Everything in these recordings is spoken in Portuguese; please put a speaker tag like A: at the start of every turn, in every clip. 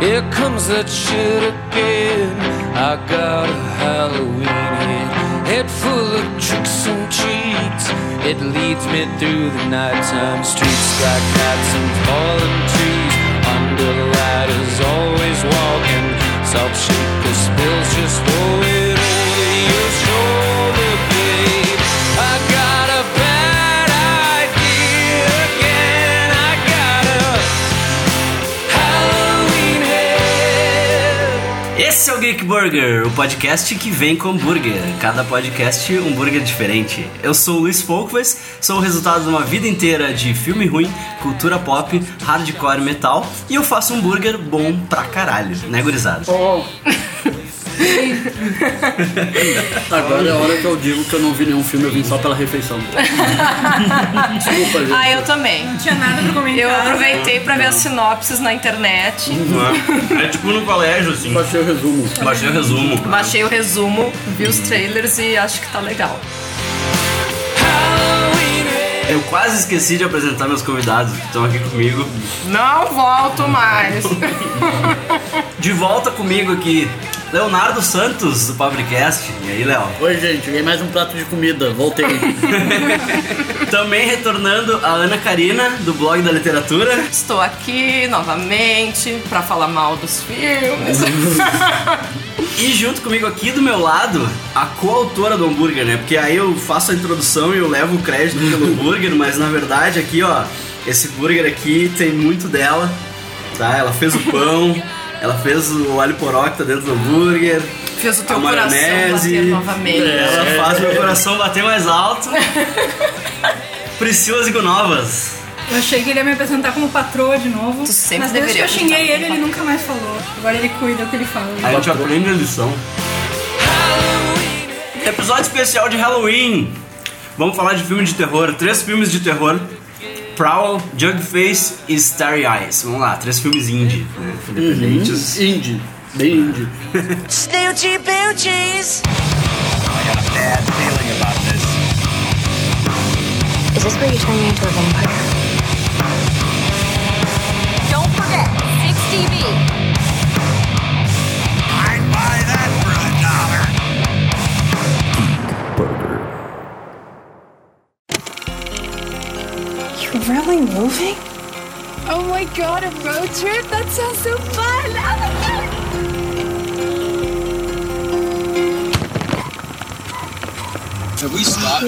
A: Here comes that shit again. I got a Halloween head, head full of tricks and cheats. It leads me through the nighttime streets, got cats and fallen trees. Under ladders, always walking. Salt shakers, spills, just throw it over your shoulder, babe. I got a bad idea again. I got a Halloween head.
B: Esse é o Geek Burger, o podcast que vem com hambúrguer. Cada podcast, um burger diferente. Eu sou o Luiz Folkvas, sou o resultado de uma vida inteira de filme ruim, cultura pop, hardcore metal e eu faço um burger bom pra caralho, né, gurizada?
C: Agora é a hora que eu digo que eu não vi nenhum filme, eu vim só pela refeição. Desculpa, gente.
D: Ah, eu também.
E: Não tinha nada pra comentar.
D: Eu aproveitei pra ver as sinopses na internet,
F: É, é tipo no colégio, assim.
C: Baixei o resumo.
F: Baixei o resumo.
D: baixei o resumo, vi os trailers e acho que tá legal.
B: Eu quase esqueci de apresentar meus convidados que estão aqui comigo.
E: Não volto mais.
B: De volta comigo aqui, Leonardo Santos, do Pabrecast. E aí, Léo?
C: Oi, gente, ganhei mais um prato de comida. Voltei.
B: Também retornando a Ana Karina, do blog da literatura.
D: Estou aqui novamente pra falar mal dos filmes.
B: E junto comigo aqui do meu lado, a coautora do hambúrguer, né? Porque aí eu faço a introdução e eu levo o crédito pelo hambúrguer, mas na verdade aqui, ó, esse hambúrguer aqui tem muito dela, tá? Ela fez o pão, ela fez o alho poró que tá dentro do hambúrguer.
D: Fez o
B: a
D: teu coração bater
B: maionese, É.
D: novamente.
B: Ela faz meu coração bater mais alto. Priscila Zigonovas.
E: Eu achei que ele ia me apresentar como patroa de novo.
D: Tu sempre
E: Mas desde que
D: deveria
E: eu xinguei
D: apresentar
E: ele, ele nunca mais falou. Agora ele cuida do que ele fala.
B: A gente aprende a lição. Episódio especial de Halloween. Vamos falar de filme de terror. Três filmes de terror. Prowl, Jugface e Starry Eyes. Vamos lá, três filmes indie. Né? Independentes.
C: Indie. Bem indie.
G: Snoochie Boochies.
H: Is this where you turn me into a vampire?
I: Don't forget, 6TV.
H: You're really moving?
I: Oh my god, a road trip? That sounds so fun! Oh my god!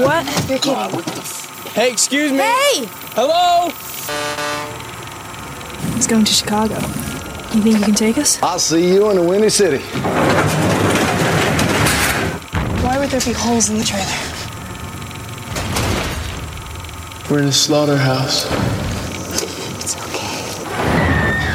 H: What? You're kidding.
A: Hey, excuse me. Hey! Hello?
H: It's going to Chicago. You think you can take us?
J: I'll see you in the Windy City.
H: Why would there be holes in the trailer?
J: We're in a slaughterhouse.
H: It's okay.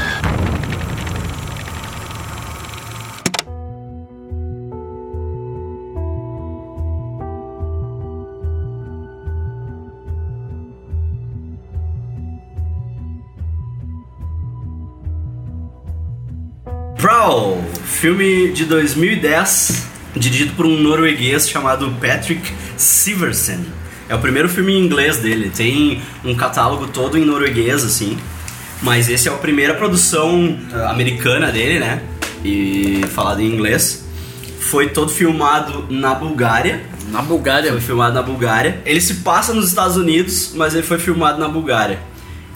B: Prowl, filme de 2010, dirigido por um norueguês chamado Patrick Siversen. É o primeiro filme em inglês dele, tem um catálogo todo em norueguês, assim. Mas esse é a primeira produção ah, americana dele, né? E falado em inglês. Foi todo filmado na Bulgária,
C: Na Bulgária.
B: foi filmado na Bulgária. Ele se passa nos Estados Unidos, mas ele foi filmado na Bulgária.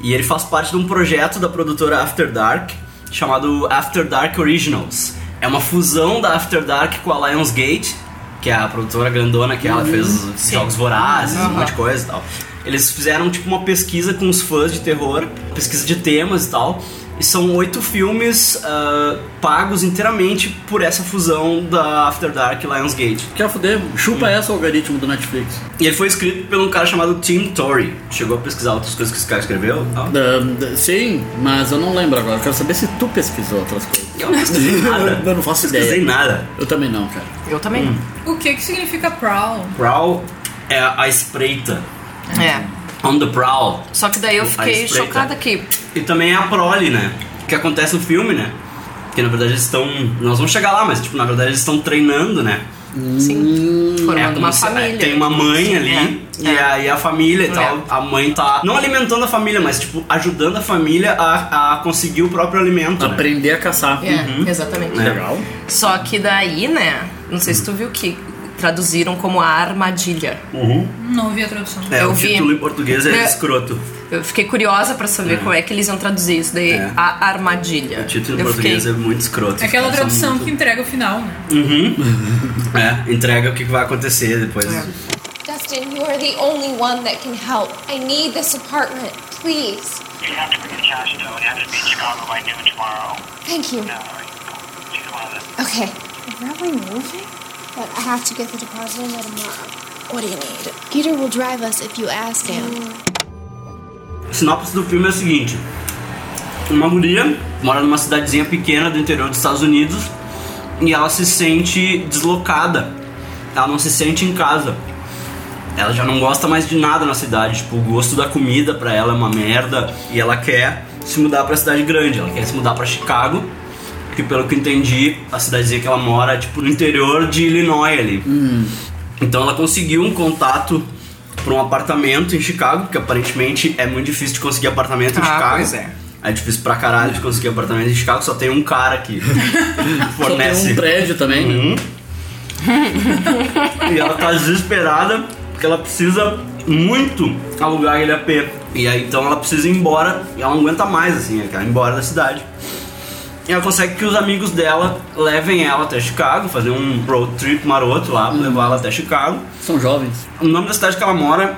B: E ele faz parte de um projeto da produtora After Dark, chamado After Dark Originals. É uma fusão da After Dark com a Lionsgate, que é a produtora grandona que ela fez os jogos vorazes, um monte de coisa e tal. Eles fizeram tipo uma pesquisa com os fãs de terror, pesquisa de temas e tal. E são oito filmes ah, pagos inteiramente por essa fusão da After Dark e Lionsgate.
C: Quer fuder? Chupa essa o algoritmo do Netflix.
B: E ele foi escrito por um cara chamado Tim Torrey. Chegou a pesquisar outras coisas que esse cara escreveu? Ah, Não.
C: Da- da- sim, mas eu não lembro agora. Eu quero saber se tu pesquisou outras coisas.
B: Eu não pesquisei nada.
C: Eu não faço
B: pesquisei
C: ideia.
B: nada.
C: Eu também não, cara.
D: Eu também.
B: Hum.
E: O que que significa prowl?
B: Prowl é a espreita.
D: É.
B: On the prowl.
D: Só que daí eu fiquei
B: espreita.
D: chocada que
B: E também é a prole, né? Que acontece no filme, né? Que na verdade eles estão. Nós vamos chegar lá, mas tipo, na verdade eles estão treinando, né?
D: Sim. Formando
B: É,
D: uma
B: você-
D: família.
B: Tem uma mãe ali,
D: É.
B: e aí a família e tal. A mãe tá não alimentando a família, mas tipo, ajudando a família a, a conseguir o próprio alimento. né?
C: Aprender a caçar.
D: É,
B: Uhum.
D: exatamente.
C: Legal.
D: Só que daí, né? Não sei se tu viu que traduziram como a armadilha.
C: Uhum.
E: Não ouvi a tradução.
B: É,
D: Eu
B: o
D: vi.
B: título em português é,
D: É.
B: escroto.
D: Eu fiquei curiosa pra saber como é que eles iam traduzir isso daí,
B: É.
D: a armadilha.
B: O título em
D: Eu
B: português
D: fiquei,
B: é muito escroto.
E: É Aquela
B: Nossa,
E: tradução
B: muito-
E: que entrega o final, né?
B: É, entrega o que vai acontecer depois.
E: É.
I: Dustin, you are the only one that can help. I need this apartment, please.
K: You'd have to be in Josh, though. It'd have to be in Chicago by noon tomorrow.
I: Thank you.
K: No, I- she's one of the
I: Okay. Where am I moving? But I have to get the deposit in by tomorrow. What do you need? Peter will drive us if you ask him.
B: Sinopse do filme é a seguinte: Uma guria mora numa cidadezinha pequena do interior dos Estados Unidos e ela se sente deslocada. Ela não se sente em casa. Ela já não gosta mais de nada na cidade, tipo, o gosto da comida pra ela é uma merda e ela quer se mudar pra cidade grande, ela quer se mudar pra Chicago, que pelo que eu entendi, a cidadezinha que ela mora é tipo no interior de Illinois ali. Então ela conseguiu um contato para um apartamento em Chicago, porque aparentemente é muito difícil de conseguir apartamento em
D: Ah,
B: Chicago.
D: pois é.
B: É difícil pra caralho de conseguir apartamento em Chicago, só tem um cara que
C: Só tem
B: fornece.
C: um prédio também. né?
B: Hum? E ela tá desesperada porque ela precisa muito alugar aquele AP. E aí então ela precisa ir embora e ela não aguenta mais, assim, ela quer ir embora da cidade. E ela consegue que os amigos dela levem ela até Chicago, fazer um road trip maroto lá, pra levar ela até Chicago.
C: São jovens.
B: O nome da cidade que ela mora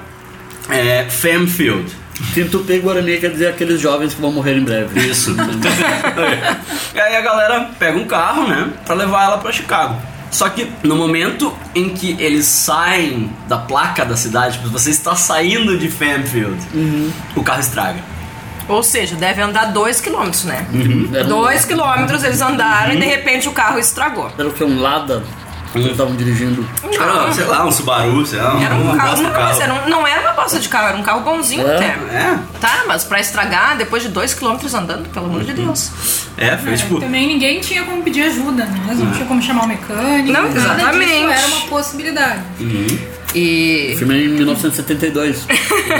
B: é Famfield.
C: Tintupê em Guarani quer dizer aqueles jovens que vão morrer em breve.
B: Isso. É. e aí a galera pega um carro, né, pra levar ela pra Chicago. Só que no momento em que eles saem da placa da cidade, tipo, você está saindo de Fanfield,
D: Uhum.
B: o carro estraga. é-
D: Ou seja, deve andar dois quilômetros, né?
B: Uhum.
C: Era um-
D: Dois quilômetros eles andaram e de repente o carro estragou.
C: Era o que? Um Lada? Eles estavam dirigindo.
B: Ah, não, sei lá, um Subaru, sei lá, um,
D: Era um carro,
B: bosta
D: não, mas era um- não era uma bosta de carro, era um carro bonzinho
C: É.
D: até.
B: É,
D: Tá, mas pra estragar depois de dois quilômetros andando, pelo amor de Deus.
B: é, foi tipo...
E: Também ninguém tinha como pedir ajuda, né? Eles não tinham como chamar o mecânico.
D: Não,
E: Nada disso
D: exatamente.
E: era uma possibilidade.
C: O
D: E.
C: filme é em 1972.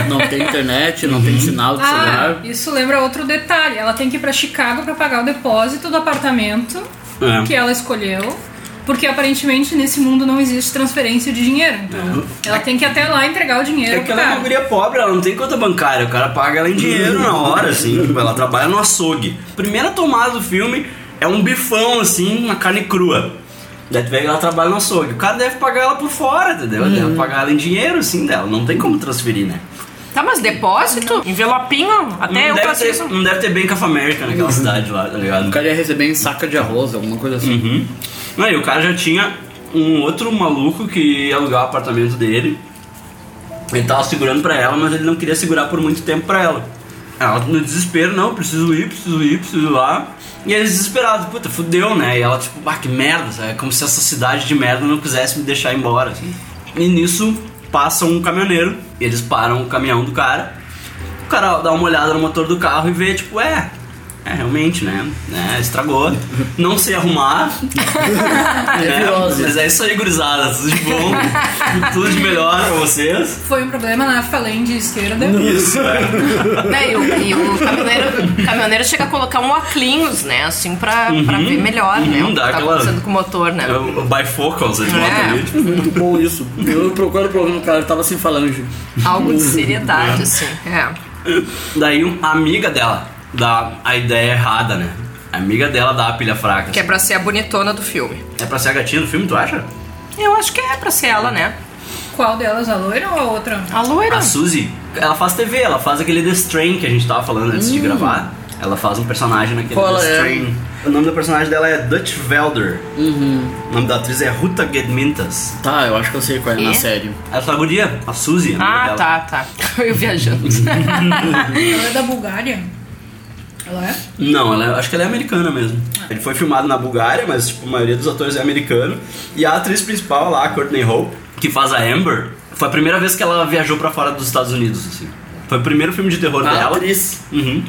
C: não tem internet, não tem sinal de
E: Ah,
C: celular.
B: né?
E: isso lembra outro detalhe. Ela tem que ir pra Chicago pra pagar o depósito do apartamento
B: É.
E: que ela escolheu. Porque aparentemente nesse mundo não existe transferência de dinheiro. Então ela tem que ir até lá entregar o dinheiro.
B: É que
E: pro
B: ela é
E: cara.
B: uma guria pobre, ela não tem conta bancária, o cara paga ela em dinheiro na hora, assim, tipo, ela trabalha no açougue. Primeira tomada do filme é um bifão, assim, uma carne crua. Daí tu vê que ela trabalha no açougue. O cara deve pagar ela por fora, entendeu?
D: Uhum.
B: Deve pagar ela em dinheiro, assim, dela. Não tem como transferir, né?
D: Tá, mas depósito? Envelopinho? Até
B: não,
D: eu Uhum.
B: deve
D: faço
B: ter,
D: isso.
B: não deve ter Bank of America naquela cidade lá, tá ligado?
C: O cara ia receber em saca de arroz, alguma coisa assim.
B: Uhum. Não, e o cara já tinha um outro maluco que ia alugar o apartamento dele. Ele tava segurando pra ela, mas ele não queria segurar por muito tempo pra ela. Ela no desespero, não, preciso ir, preciso ir, preciso ir lá. E eles desesperados, puta, fudeu, né? E ela tipo, ah, que merda, sabe? É como se essa cidade de merda não quisesse me deixar embora. assim. E nisso passa um caminhoneiro, e eles param o caminhão do cara. O cara dá uma olhada no motor do carro e vê, tipo, é, é realmente, né? É, estragou. Não sei arrumar,
C: É
B: é,
C: virose.
B: mas é isso aí, gurizada. Tudo de bom, tudo de melhor pra vocês.
E: Foi um problema na Falende esquerda.
B: Isso, é.
D: Né, e o, e o caminhoneiro, o caminhoneiro chega a colocar um óculos, né? Assim, pra, pra ver melhor, né?
B: uhum,
D: O que
B: dá
D: tá
B: aquela-
D: acontecendo com o motor, né?
B: É o o bifocals, eles
D: É.
B: botam ali. tipo,
C: Muito bom isso. Eu procuro o problema do cara, ele tava assim sem falange.
D: Algo de seriedade, assim. É.
B: Daí um- a amiga dela dá a ideia errada, né? A amiga dela dá a pilha fraca.
D: Que é pra ser a bonitona do filme.
B: É pra ser a gatinha do filme, tu acha?
D: Eu acho que é pra ser ela, né?
E: Qual delas, a loira ou a outra?
D: A loira.
B: A Suzy, ela faz TV, ela faz aquele The Strain que a gente tava falando antes
D: Hum.
B: de gravar. Ela faz um personagem naquele
C: Qual
B: The
C: é?
B: Strain. O nome do personagem dela é Dutch Velder.
D: Uhum.
B: O nome da atriz é Ruta Gedmintas.
C: Tá, eu acho que eu sei qual é, na
D: E?
C: série.
B: Essa guria, a Suzy, a amiga
D: Ah,
B: dela.
D: tá, tá. Eu viajando.
E: Ela é da Bulgária. Ela é?
B: Não, ela, acho que ela é americana mesmo. Ele foi filmado na Bulgária, mas tipo, a maioria dos atores é americano. E a atriz principal lá, a Courtney Hope, que faz a Amber, foi a primeira vez que ela viajou pra fora dos Estados Unidos, assim. Foi o primeiro filme de terror
C: A
B: dela.
C: atriz.
B: é Uhum.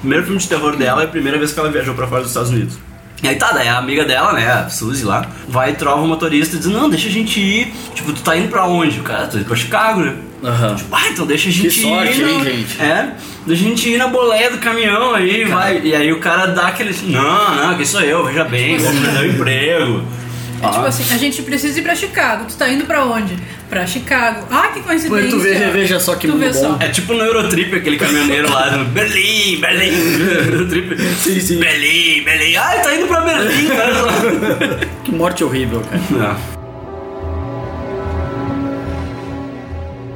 B: Primeiro filme de terror dela e a primeira vez que ela viajou pra fora dos Estados Unidos. E aí tá, daí a amiga dela, né, a Suzy lá, vai e trova o motorista e diz, não, deixa a gente ir. Tipo, tu tá indo pra onde? O cara, tô indo pra Chicago, né? Tipo, ah, então deixa a gente
C: Que sorte,
B: ir. na-
C: hein, gente?
B: É, deixa a gente ir na boleia do caminhão aí, vai. E aí o cara dá aquele. Não, não, que sou eu, veja
C: Tipo
B: bem,
C: assim,
B: vou perder
C: né?
B: o emprego. Ah.
E: É tipo assim, a gente precisa ir pra Chicago. Tu tá indo pra onde? Pra Chicago. Ah, que coincidência. Tu vê só.
B: É tipo no Eurotrip, aquele caminhoneiro lá no Berlim, Berlim. Eurotrip. Sim, sim. Berlim, Berlim. Ai, tá indo pra Berlim, cara.
C: Que morte horrível, cara.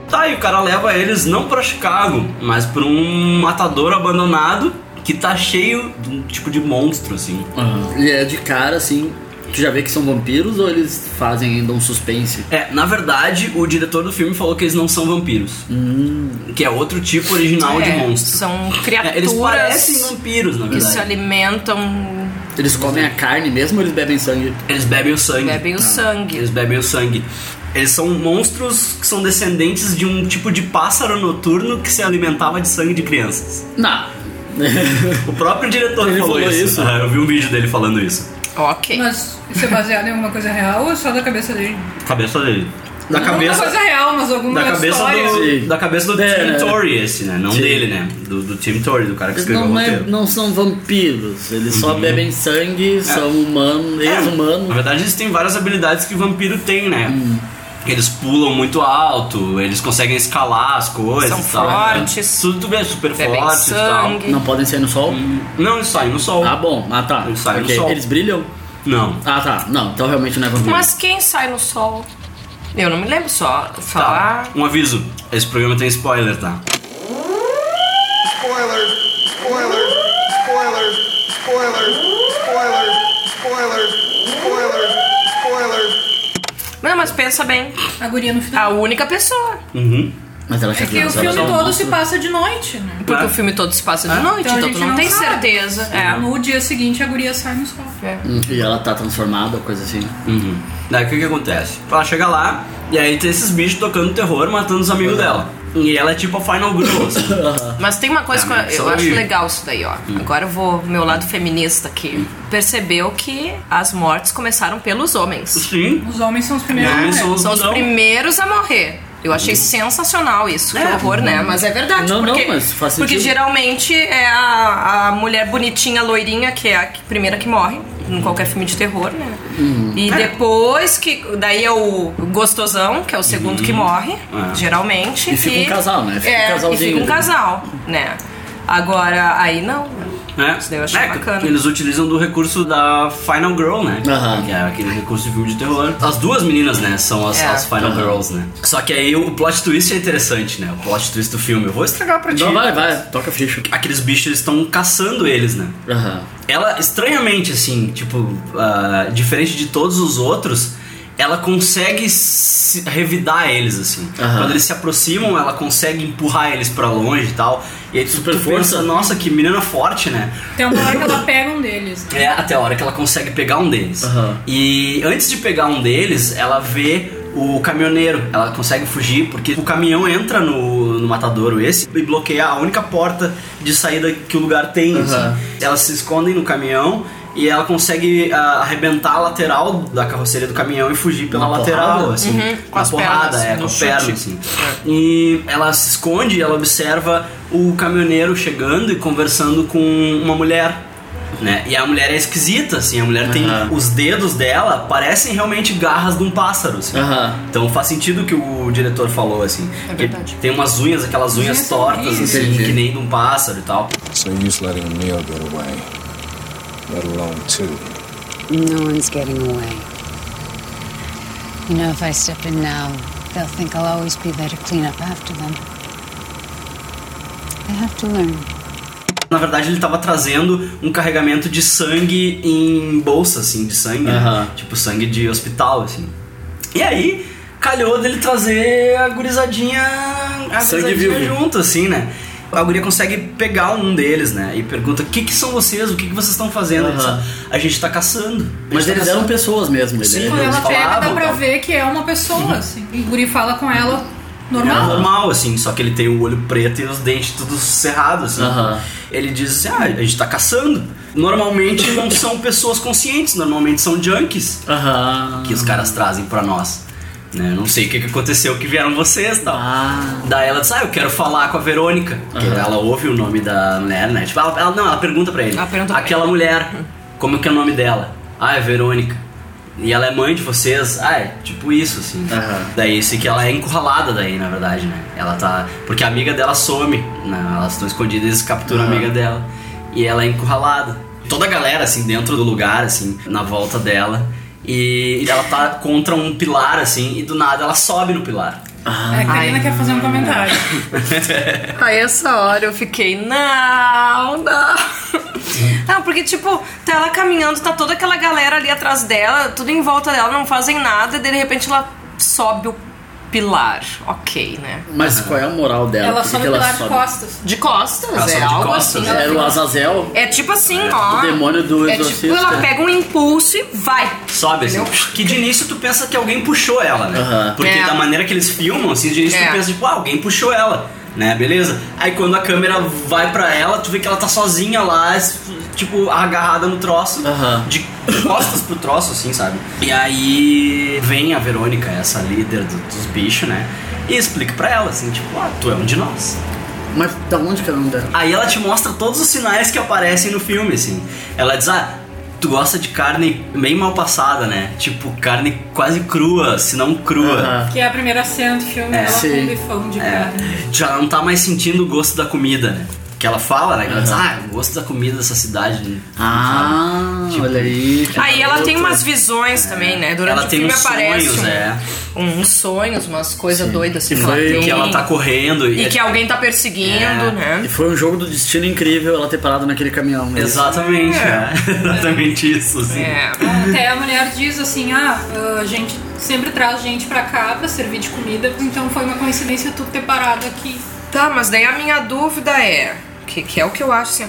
B: Tá, e o cara leva eles não pra Chicago, mas pra um matador abandonado que tá cheio de um tipo de monstro, assim.
C: E é de cara, assim, tu já vê que são vampiros ou eles fazem ainda um suspense?
B: É, na verdade, o diretor do filme falou que eles não são vampiros.
C: Hum.
B: Que é outro tipo original de
D: É,
B: monstro.
D: São criaturas.
B: É, eles parecem vampiros, na
D: Que se
B: verdade.
D: alimentam.
C: Eles comem a carne mesmo ou eles bebem sangue?
B: Eles bebem o sangue. Tá.
D: Bebem é o sangue.
B: Eles bebem o sangue. Eles são monstros que são descendentes de um tipo de pássaro noturno que se alimentava de sangue de crianças.
C: Não.
B: o próprio diretor
C: Ele
B: falou,
C: falou
B: isso.
C: isso?
B: Ah, eu vi um vídeo dele falando isso.
D: Ok.
E: Mas isso é baseado em alguma coisa real ou só da cabeça dele?
B: Cabeça dele. Da
E: Alguma
D: é
B: cabeça.
E: coisa real, mas alguma
B: Da cabeça,
E: história.
B: do, da cabeça do
C: É,
B: Tim
C: né?
B: Tory, esse, né? Não dele, né? Do, do Tim Tory, do cara que
C: Eles
B: escreveu o
C: não, é-
B: roteiro.
C: não são vampiros, eles só bebem sangue, são humanos, ex-humanos.
B: Na verdade, eles têm várias habilidades que vampiro tem, né? Eles pulam muito alto, eles conseguem escalar as coisas
C: São
B: e tal. É,
C: fortes.
B: Tudo bem, super
C: Bebem
B: fortes e tal.
C: sangue. Não podem sair no sol?
B: Não, eles saem no sol.
C: Ah, bom. Ah, tá. Eles
B: saem no sol.
C: Eles brilham?
B: Não.
C: Ah, tá. Não, então realmente não é vampiro.
D: Mas quem sai no sol? Eu não me lembro só. só
C: Tá.
B: Um aviso, esse programa tem spoiler, tá?
L: Spoilers! Spoilers! Spoilers! Spoilers! Spoilers! Spoilers! Spoilers! Spoilers!
D: Não, mas pensa bem.
E: A guria no final.
D: A única pessoa.
B: Uhum.
C: Mas
D: Ah,
C: ela
E: É que o filme
C: um
E: todo se passa de noite, né?
B: Ah.
D: Porque o filme todo se passa de noite, então,
E: a
D: tu
E: gente
D: não, tem
E: sabe.
D: certeza. É.
E: No dia seguinte a guria sai no sol.
C: Hum, E ela tá transformada, coisa assim.
B: Daí o que que acontece? Ela chega lá e aí tem esses bichos tocando terror, matando os amigos dela. E ela é tipo a Final Girl, assim.
D: Mas tem uma coisa
B: É,
D: que
B: mas
D: eu,
B: só
D: eu acho
B: aí. Hum.
D: legal isso daí, ó. Agora eu vou, meu lado feminista aqui. Percebeu que as mortes começaram pelos homens.
B: Sim.
E: Os homens são os primeiros.
D: Né?
E: a morrer.
D: São os primeiros a morrer. Eu achei sensacional isso. Que
E: É.
D: horror, né? Mas é verdade.
C: Não, não,
D: porque,
C: mas faz
D: Porque
C: sentido.
D: geralmente é a, a mulher bonitinha, loirinha, que é a que- primeira que morre. Em qualquer filme de terror, né?
C: Uhum. É.
D: E depois que. Daí é o gostosão, que é o segundo que morre,
C: É.
D: geralmente.
C: E fica um casal, né? Fica um
D: é,
C: casalzinho.
D: E fica um casal, né? Agora, aí não. né?
B: Né? É, que- que Eles utilizam do recurso da Final Girl, né? Que é aquele recurso de filme de terror. As duas meninas, né? São as,
D: É.
B: as Final Girls, né? Só que aí o plot twist é interessante, né? O plot twist do filme. Eu vou estragar pra ti.
C: Não, vai, vai. Toca ficha.
B: Aqueles bichos estão caçando eles, né?
C: Aham.
B: Ela, estranhamente, assim, tipo, ah, diferente de todos os outros, ela consegue se- revidar eles, assim.
C: Aham.
B: Quando eles se aproximam, ela consegue empurrar eles pra longe e tal. E aí tu, tu pensa, nossa, que menina forte, né?
E: Tem uma hora que ela pega um deles.
B: É até a hora que ela consegue pegar um deles. E antes de pegar um deles, ela vê o caminhoneiro. Ela consegue fugir porque o caminhão entra no, no matadouro esse e bloqueia a única porta de saída que o lugar tem.
C: Aham.
B: assim. Elas se escondem no caminhão. E ela consegue ah, arrebentar a lateral da carroceria do caminhão e fugir pela
C: Na
B: lateral,
C: porrada?
B: assim.
C: Uhum, com
B: na
C: as
B: porrada,
C: pernas,
B: é, com
C: no
B: a perna,
C: chute.
B: assim. E ela se esconde e ela observa o caminhoneiro chegando e conversando com uma mulher. Né? E a mulher é esquisita, assim, a mulher tem.
C: Aham.
B: Os dedos dela parecem realmente garras de um pássaro. Assim. Então faz sentido o que o diretor falou, assim.
D: É
B: Que
D: verdade.
B: Tem umas unhas, aquelas unhas
D: Unhas
B: tortas, assim,
J: horríveis.
B: que nem de um pássaro e tal.
J: It's no use letting a meal get away, let alone two.
M: No one's getting away. You know, if I step in now, they'll think I'll always be there to clean up after them. They have to learn.
B: Na verdade, ele tava trazendo um carregamento de sangue em bolsa, assim, de sangue. né? Tipo, sangue de hospital, assim. E aí, calhou dele trazer a gurizadinha, a
C: Sangue
B: gurizadinha
C: vivo.
B: junto, assim, né? A guria consegue pegar um deles, né? E pergunta, o que que são vocês? O que que vocês estão fazendo? Ele diz,
C: Aham.
B: a gente tá caçando. A
C: Mas
B: gente tá
C: eles
B: caçando."
C: eram pessoas mesmo. eles
B: Sim,
C: eram-
E: Quando
B: eles
E: ela pega, dá
B: falavam, então.
E: pra
B: tal.
E: ver que é uma pessoa, assim. E o guri fala com ela Normal?
B: É normal, assim, só que ele tem o olho preto e os dentes tudo cerrados, assim. Ele diz assim, ah, a gente tá caçando. Normalmente não são pessoas conscientes, normalmente são junkies que os caras trazem pra nós. Né? Eu não sei o que, que aconteceu que vieram vocês tal. Daí ela diz, ah, eu quero falar com a Verônica. Porque
F: Aham.
B: ela ouve o nome da mulher, né? Tipo, ela, ela- não, ela pergunta pra ele. Aquela mulher, como que é o nome dela? Ah, é Verônica. E ela é mãe de vocês? Ah, é tipo isso, assim. Daí isso que ela é encurralada daí, na verdade, né? Ela tá. Porque a amiga dela some, né? Elas estão escondidas e eles capturam a
F: Aham.
B: amiga dela. E ela é encurralada. Toda a galera, assim, dentro do lugar, assim, na volta dela. E ela tá contra um pilar, assim, e do nada ela sobe no pilar.
E: É, a Karina quer fazer um comentário.
D: Aí essa hora eu fiquei, não, não. Não, porque, tipo, tá ela caminhando, tá toda aquela galera ali atrás dela, tudo em volta dela, não fazem nada, e de repente ela sobe o pilar. Ok, né?
C: Mas qual é a moral dela?
D: Ela
C: Por que
D: sobe
C: que
D: o
C: ela
D: pilar de
C: sobe?
D: costas. De costas,
C: Ela
D: é
C: sobe de
D: algo
C: costas?
D: assim. ela
C: Era o
D: fica-
C: Azazel?
D: É tipo assim,
C: É,
D: ó.
C: o demônio do
D: é tipo,
C: exorcista.
D: ela pega um impulso e vai.
B: Sobe, assim.
D: Entendeu?
B: Que de início tu pensa que alguém puxou ela, né? Porque
D: É.
B: da maneira que eles filmam, assim, de início
D: É.
B: tu pensa, tipo, ah, alguém puxou ela, né? Beleza. Aí quando a câmera vai pra ela, tu vê que ela tá sozinha lá, tipo, agarrada no troço, de costas pro troço, assim, sabe? E aí vem a Verônica, essa líder do- dos bichos, né? E explica pra ela, assim, tipo, ah, tu é um de nós.
C: Mas da onde que ela não dela?
B: Aí ela te mostra todos os sinais que aparecem no filme, assim. Ela diz, ah, tu gosta de carne bem mal passada, né? Tipo, carne quase crua, se não crua.
E: Que é a primeira cena do filme,
B: É,
E: ela com
B: sim.
E: um bifão de
B: É.
E: carne.
B: Já não tá mais sentindo o gosto da comida, né? Que ela fala, né? Que ela diz, ah, o gosto da comida dessa cidade. né?
C: Ah, olha aí.
D: Aí ela tem umas visões também, né? Durante
B: Ela
D: o
B: tem
D: filme
B: uns
D: aparece
B: sonhos,
D: um-
B: é.
D: uns sonhos, umas coisas doidas
B: Que
D: assim, ela
B: foi
D: tem.
B: que ela tá correndo.
D: E que alguém tá perseguindo, né?
C: E foi um jogo do destino incrível ela ter parado naquele caminhão. Mesmo.
B: Exatamente, é. Exatamente isso, assim.
D: É.
E: Então, Até a mulher diz assim, ah, a gente sempre traz gente pra cá pra servir de comida, então foi uma coincidência tu ter parado aqui.
D: Tá, mas daí a minha dúvida é, que, que é o que eu acho assim,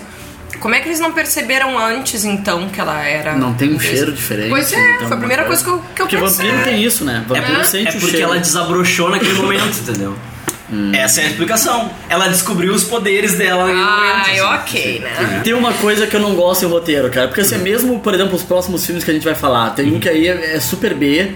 D: como é que eles não perceberam antes então que ela era.
C: Não tem um cheiro diferente. então
D: Pois é,
C: não tem
D: foi a
B: então,
C: alguma
D: primeira coisa que eu, que eu
C: Porque
D: pensei.
C: vampiro tem isso, né?
B: É,
C: Vampiro
B: por-
C: sente
B: é
C: o
B: porque
C: cheiro. Hum.
B: ela desabrochou naquele momento, entendeu? Essa é a explicação. Ela descobriu os poderes dela naquele momento.
D: Ai,
B: assim.
D: ok, né?
C: Tem uma coisa que eu não gosto em roteiro, cara. Porque assim, mesmo, por exemplo, os próximos filmes que a gente vai falar, tem um que aí é, é super B,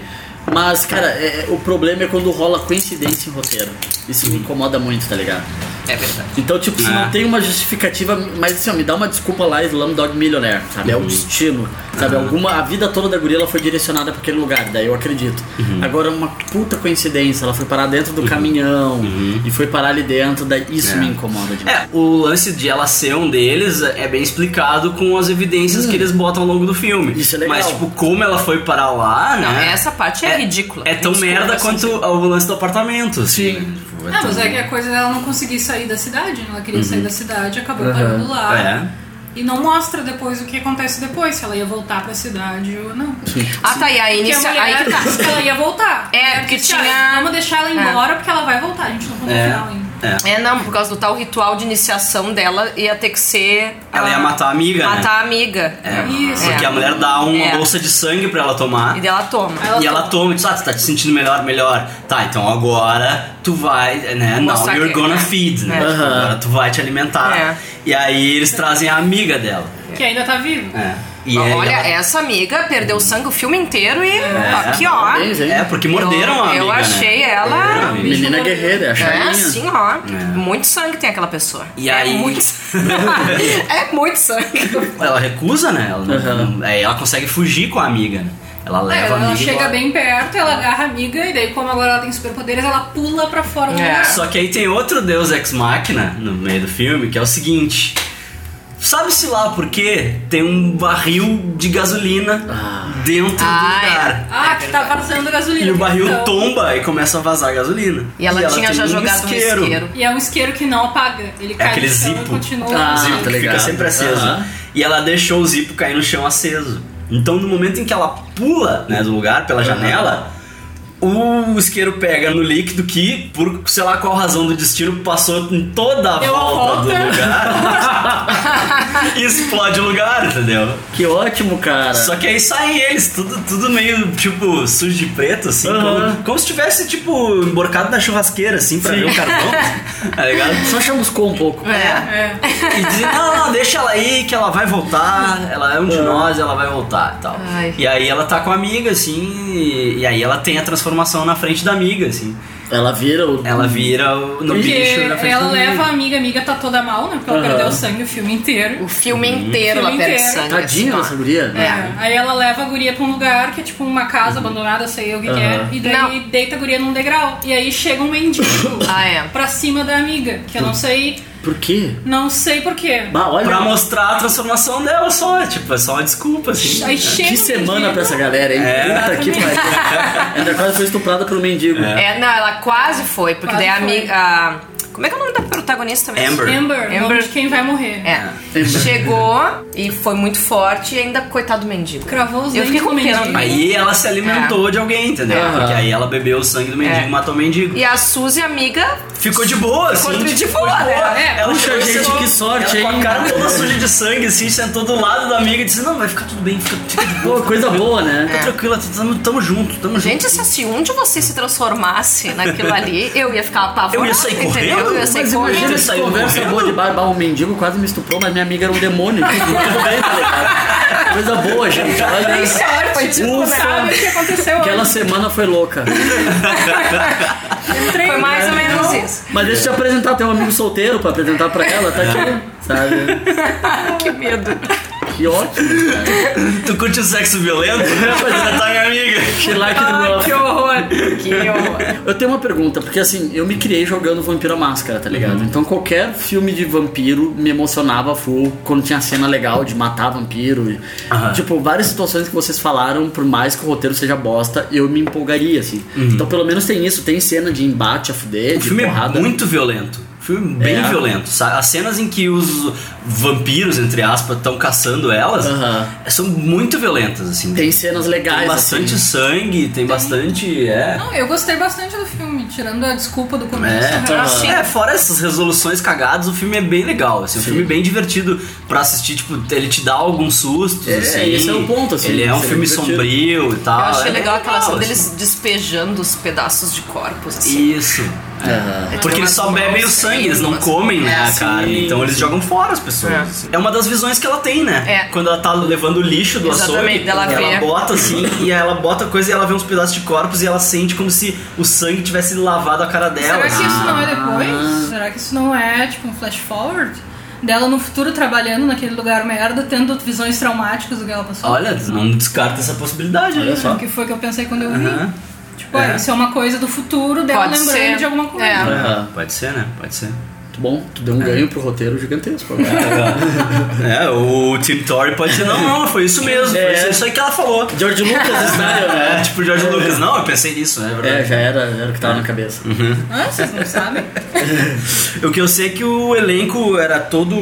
C: mas, cara, é- o problema é quando rola coincidência em roteiro. Isso me incomoda muito, tá ligado?
D: É verdade.
C: Então, tipo, se
B: É.
C: não tem uma justificativa, mas assim, ó, me dá uma desculpa lá, Slumdog Millionaire, sabe? É o
B: Uhum.
C: destino, sabe?
B: Aham.
C: Alguma, a vida toda da guria ela foi direcionada pra aquele lugar, daí eu acredito. Agora, uma puta coincidência, ela foi parar dentro do caminhão e foi parar ali dentro, daí isso
B: É.
C: me incomoda demais.
B: É, o lance de ela ser um deles é bem explicado com as evidências que eles botam ao longo do filme. Hum. Isso é legal. Mas, tipo, como ela foi parar lá,
D: Não,
B: né?
D: essa parte é, ridícula.
B: É tão
D: Desculpa,
B: merda
D: assim.
B: quanto o lance do apartamento. Assim, Sim.
E: Ah, mas é que a coisa dela não conseguir sair da cidade, né? ela queria sair
B: Uhum.
E: da cidade, acabou parando lá.
B: É.
E: E não mostra depois o que acontece depois, se ela ia voltar pra cidade ou não.
D: Ah, tá, e aí
E: Porque a
D: inicia-
E: mulher
D: aí que tá.
E: disse É que ela ia voltar. É,
D: porque
E: disse, "Ah,
D: tinha-
E: Vamos deixar ela
D: É.
E: embora porque ela vai voltar, a gente não falou no final ainda.
D: É. não, por causa do tal ritual de iniciação dela ia ter que ser.
B: Ela ia matar a amiga, né?
D: Ah. Matar a amiga.
B: É,
D: Isso.
B: Porque a mulher dá uma
D: É.
B: bolsa de sangue pra ela tomar.
D: E daí ela toma.
B: e ela toma e diz, ah, tu tá te sentindo melhor, melhor. Tá, então agora tu vai, né? Now
D: Mostrar
B: you're
D: que-
B: gonna feed, né?
D: É.
B: Tipo, Agora tu vai te alimentar. E aí eles trazem a amiga dela.
E: Que ainda tá viva.
B: É. E aí
D: Olha,
B: ela-
D: essa amiga perdeu sangue o filme inteiro e. Aqui, ó.
B: É, porque morderam
D: eu,
B: a amiga.
D: Eu
B: né?
D: achei ela.
B: Morderam a amiga.
C: guerreira,
D: É, sim, ó. Muito sangue tem aquela pessoa.
B: E aí.
D: é muito sangue.
B: ela recusa, né? Ela, não- não- aí ela consegue fugir com a amiga, né? Ela leva
E: É,
B: a amiga.
E: ela
B: e
E: chega
B: bota-
E: bem perto, ela agarra a amiga, e daí, como agora ela tem superpoderes, ela pula pra fora do lugar.
B: Só que aí tem outro Deus Ex Machina no meio do filme, que é o seguinte. Sabe-se lá por quê? Tem um barril de gasolina dentro
E: Ah,
B: do lugar.
E: Ah, que tá vazando gasolina.
B: E o barril
E: Então-
B: tomba e começa a vazar gasolina. tem um
E: E é um isqueiro que não apaga. Ele
B: É
E: cai
B: aquele
E: no chão
B: zipo. Ah, tá
E: e continua.
B: o zipo que fica sempre aceso.
C: Tá Aham.
B: E ela deixou o zipo cair no chão aceso. Então no momento em que ela pula né, do lugar pela janela, o isqueiro pega no líquido que, por sei lá qual razão do destino, passou em toda a
E: Deu a
B: volta, do
E: volta.
B: lugar. e explode o lugar, entendeu?
C: Que ótimo, cara.
B: Só que é aí saem eles, tudo, tudo meio, tipo, sujo de preto, assim,
C: Aham.
B: como, como se tivesse, tipo, emborcado na churrasqueira, assim, pra
C: Sim.
B: ver o carvão, tá ligado?
C: Só chamuscou um pouco.
D: É.
B: E dizem, não, não, deixa ela aí que ela vai voltar, ela é um de nós, ela vai voltar e tal.
D: Ai.
B: E aí ela tá com a amiga, assim, e, e aí ela tem a transformação na frente da amiga, assim.
C: Ela vira o.
B: Ela vira o, no
E: Porque
B: bicho na frente
E: ela
B: da
E: leva a amiga, a amiga tá toda mal, né? Porque ela
B: Aham.
E: perdeu sangue o filme inteiro. O
D: filme inteiro ela perde sangue, assim,
C: Tadinha dessa guria.
E: É. Aí ela leva a guria pra um lugar que é tipo uma casa
C: Uhum.
E: abandonada, sei eu o que, que é,
C: Aham.
E: e daí deita a guria num degrau. E aí chega um mendigo
D: Ah, é.
E: pra cima da amiga, que eu não sei,
C: Por quê?
E: não sei porquê.
B: pra mostrar a transformação dela só, tipo, é só uma desculpa, assim.
E: Aí chega um
C: Que semana pra essa galera, hein?
B: É.
C: Puta que pariu. Ainda quase foi estuprada pelo mendigo.
D: É, não, ela quase foi, porque
E: Quase
D: daí a
E: foi.
D: amiga. a- como é que é o nome da protagonista mesmo?
E: Amber. Amber, nome de quem vai morrer.
D: É. Chegou e foi muito forte e ainda, coitado do mendigo.
E: Cravou os
D: Eu fiquei
E: dentes no
D: com pena.
E: mendigo.
B: Aí ela se alimentou de alguém, entendeu?
D: Aham.
B: Porque aí ela bebeu o sangue do mendigo
D: É.
B: e matou o mendigo.
D: E a Suzy, amiga,
B: Ficou de boa, assim.
D: Ficou de
B: tipo,
D: boa, né? É,
B: Ela
D: puxa,
B: chegou,
D: gente,
B: sentou-
D: que sorte,
B: ela, Com
D: hein?
B: a cara toda suja de sangue, assim, sentou do lado da amiga e disse: Não, vai ficar tudo bem, fica, fica de boa.
C: Pô, coisa boa, né?
B: Fica tranquila, tamo, tamo junto, tamo
D: Gente,
B: junto.
D: se assim, um de vocês se transformasse naquilo ali, eu ia ficar apavorada,
C: Eu ia sair
D: entendeu? Eu ia sair
C: Mas
D: correndo.
C: imagina essa conversa boa de barba. Um mendigo quase me estuprou, mas minha amiga era um demônio. Tudo bem, tá ligado? Coisa boa, gente. Olha
E: Tem sorte,
C: Ufa.
E: tipo, sabe o que aconteceu
C: Aquela
E: hoje.
C: semana foi louca.
D: Foi mais ou menos isso.
C: Mas deixa eu te apresentar, tem um amigo solteiro pra apresentar pra ela, tá aqui, sabe?
D: que medo.
C: Que ótimo.
B: Tu curte o sexo violento? Você tá minha amiga.
C: Que like do meu
D: Que horror. Que horror.
C: Eu tenho uma pergunta, porque assim, eu me criei jogando Vampiro à Máscara, tá
B: Uhum.
C: ligado? Então qualquer filme de vampiro me emocionava full quando tinha cena legal de matar vampiro. e- Tipo, várias situações que vocês falaram, por mais que o roteiro seja bosta, eu me empolgaria, assim. Então pelo menos tem isso, tem cena de embate a fuder,
B: Uhum. O
C: de
B: filme
C: porrada. né?
B: é muito violento. O filme é bem
C: É.
B: violento. sabe? As cenas em que os vampiros, entre aspas, estão caçando elas são muito violentas, assim.
C: Tem cenas legais.
B: Tem bastante
C: assim.
B: sangue, tem, bastante. É.
E: Não, eu gostei bastante do filme, tirando a desculpa do começo.
B: É,
E: né?
B: é, fora essas resoluções cagadas, o filme é bem legal. Assim, um filme bem divertido pra assistir, tipo, ele te dá alguns sustos.
C: É,
B: assim,
C: esse é o ponto, assim,
B: Ele é um
C: ser
B: filme
C: divertido.
B: sombrio e
D: Eu
B: tal.
D: achei
B: é bem
D: legal aquela ação
B: assim.
D: deles despejando os pedaços de corpos, assim.
B: Isso. É. Porque eles só bebem o sangue, eles não
D: Mas-
B: comem né, a
D: Sim.
B: carne, então eles jogam fora as pessoas.
D: É.
B: assim. É. uma das visões que ela tem, né?
D: É.
B: Quando ela tá levando o lixo do
D: Exatamente,
B: açougue,
D: dela ver.
B: ela bota assim, e aí ela bota coisa e ela vê uns pedaços de corpos e ela sente como se o sangue tivesse lavado a cara dela.
E: Será que
B: assim.
E: isso não é depois? Será que isso não é tipo um flash forward? Dela no futuro trabalhando naquele lugar merda, tendo visões traumáticas do que ela passou.
B: Ah. Olha, não descarta essa possibilidade, olha só.
E: Hum, Que foi que eu pensei quando eu vi.
B: Aham.
E: Tipo, ah,
B: É.
E: isso é uma coisa do futuro dela
D: Pode
E: lembrando
D: ser.
E: de alguma coisa.
D: É.
B: É, Pode ser, né? Pode ser.
C: Muito bom, tu deu um ganho pro roteiro gigantesco.
B: É, o Tim Torrey pode ser, não, não, foi isso mesmo,
C: É.
B: foi isso- isso aí que ela falou.
C: George Lucas, style, né?
B: É, tipo, George Lucas, não, eu pensei nisso, né?
C: É, já era, era o que tava na cabeça.
E: Ah, vocês não sabem?
B: O que eu sei é que o elenco era todo.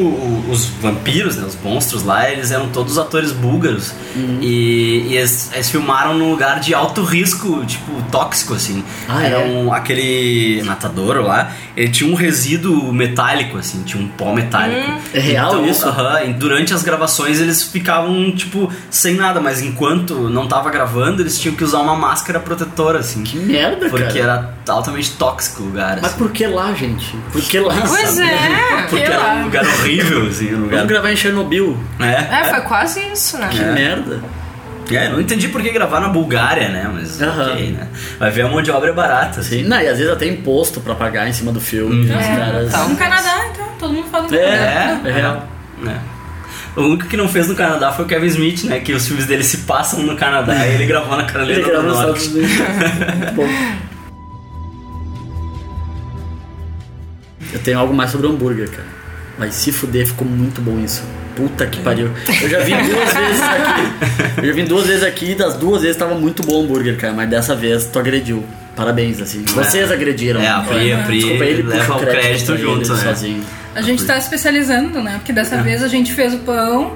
B: Os vampiros, né? Os monstros lá, eles eram todos atores búlgaros.
C: Uhum.
B: E, e eles, eles filmaram num lugar de alto risco, tipo, tóxico, assim.
C: Ah,
B: era
C: é?
B: um, aquele matadouro lá, ele tinha um resíduo metálico, assim, tinha um pó metálico.
C: É real
B: Então,
C: isso?
B: aham, e durante as gravações eles ficavam, tipo, sem nada, mas enquanto não tava gravando, eles tinham que usar uma máscara protetora, assim. Que
C: merda,
B: Porque
C: cara.
B: era altamente tóxico o lugar.
C: Mas por que lá, gente? Por que lá?
D: Pois
C: sabe?
D: é, por
B: Porque
D: que
B: era
D: lá?
B: um lugar horrível, assim, um lugar.
C: Vamos gravar em Chernobyl.
B: É.
D: É, foi quase isso, né?
C: Que merda.
B: É, eu não entendi por que gravar na Bulgária, né? Mas ok, né? Vai ver a mão de obra é barata, assim.
C: Sim, Uhum. não, e às vezes até imposto pra pagar em cima do filme. Os caras...
E: Tá no Canadá, então, todo mundo fala do
C: É,
E: Canadá.
C: é real.
B: né. O único que não fez no Canadá foi o Kevin Smith, né? Que os filmes dele se passam no Canadá e ele gravou na Carolina
C: Ele
B: do
C: gravou
B: Norte.
C: só Muito bom. Eu tenho algo mais sobre o hambúrguer, cara. Vai se fuder, ficou muito bom isso. Puta que pariu. Eu já vim duas vezes aqui. Eu já vim duas vezes aqui e das duas vezes tava muito bom o hambúrguer, cara. Mas dessa vez tu agrediu. Parabéns, assim. Vocês agrediram.
B: É, a Pri- a Pri
C: Desculpa, ele puxa
B: leva o crédito
C: pra ele
B: junto, né?
C: sozinho.
E: A gente tá especializando, né? Porque dessa vez a gente fez o pão,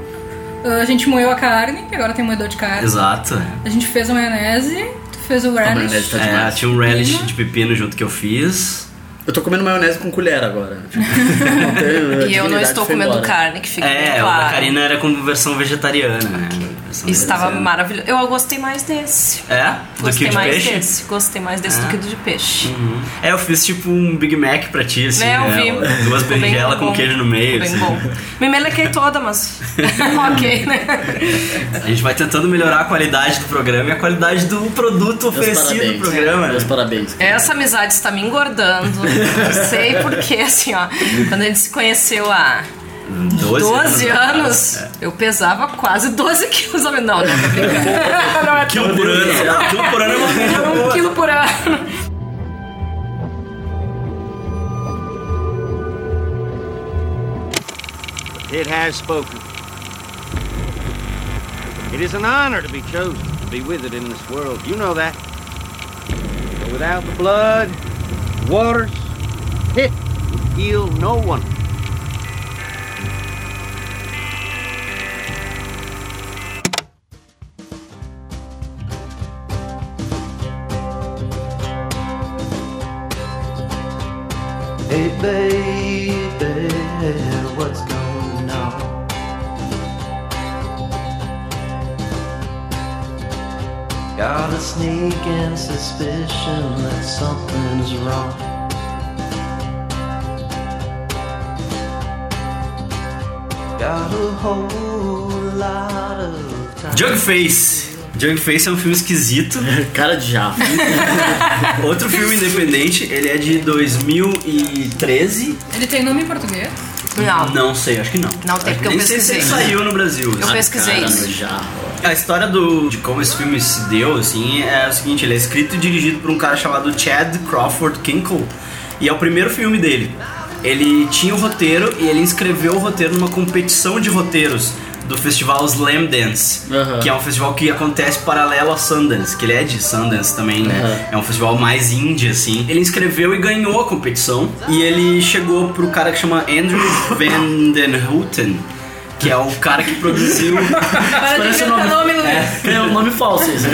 E: a gente moeu a carne, que agora tem moedor de carne.
B: Exato. é.
E: A gente fez a maionese, tu fez o
B: A
E: relish.
D: Uhum.
B: maionese tá demais. É, tinha um relish de pepino junto que eu fiz.
C: Eu tô comendo maionese com colher agora. Tipo,
D: E eu não estou comendo carne, que fica
B: É,
D: bem
B: o da
D: claro.
B: Karina era com versão vegetariana, né? Versão
D: Estava
B: vegetariana.
D: maravilhoso. Eu gostei mais desse.
B: É? Do que
D: Gostei
B: o de
D: mais
B: peixe?
D: desse. Gostei mais desse
B: É.
D: do que do de peixe.
B: Uhum. É, eu fiz tipo um Big Mac pra ti, assim,
D: Né, eu
B: né?
D: vi.
B: Duas
D: Ficou bem
B: berinjelas com
D: bom.
B: queijo no meio.
D: Ficou
B: assim.
D: bem bom. Me melequei toda, mas. ok, né?
B: A gente vai tentando melhorar a qualidade do programa e a qualidade do produto oferecido no
C: parabéns.
B: programa. né? Meus
C: parabéns.
D: Essa amizade está me engordando. Não sei porque, assim, ó. Quando a gente se conheceu há 12,
B: 12,
D: anos, eu pesava quase 12 quilos. a menos. Não, não, tô brincando. Não é
B: Quilo por ano. Ah, Quilo por ano é uma média
D: um
B: boa.
D: quilo por ano.
N: It has spoken. It is an honor to be chosen to be with it in this world. You know that. But without the blood, waters, it would heal no one.
O: Hey baby, what's going on? Got a sneaking suspicion that something's wrong. Got a whole lot of time.
B: Jugface. Jugface é um filme esquisito.
C: Cara de jafa.
B: Outro filme independente, ele é de 2013.
E: Ele tem nome em português?
D: Não.
B: Não sei, acho que não.
D: Não tem, porque eu
B: Nem sei se
D: pesquisei.
B: ele saiu no Brasil.
D: Eu
B: assim.
D: pesquisei
C: Ah,
B: Cara,
D: isso.
B: já. A história do, de como esse filme se deu, assim, é o seguinte, ele é escrito e dirigido por um cara chamado Chad Crawford Kinkle. E é o primeiro filme dele. Ele tinha o roteiro e ele inscreveu o roteiro numa competição de roteiros do festival Slam Dance, que é um festival que acontece paralelo a Sundance, que ele é de Sundance também, né? É um festival mais indie, assim. Ele inscreveu e ganhou a competição. E ele chegou pro cara que chama Andrew Van Den Houten, que é o cara que produziu.
C: Parece o nome. É. é um nome falso isso.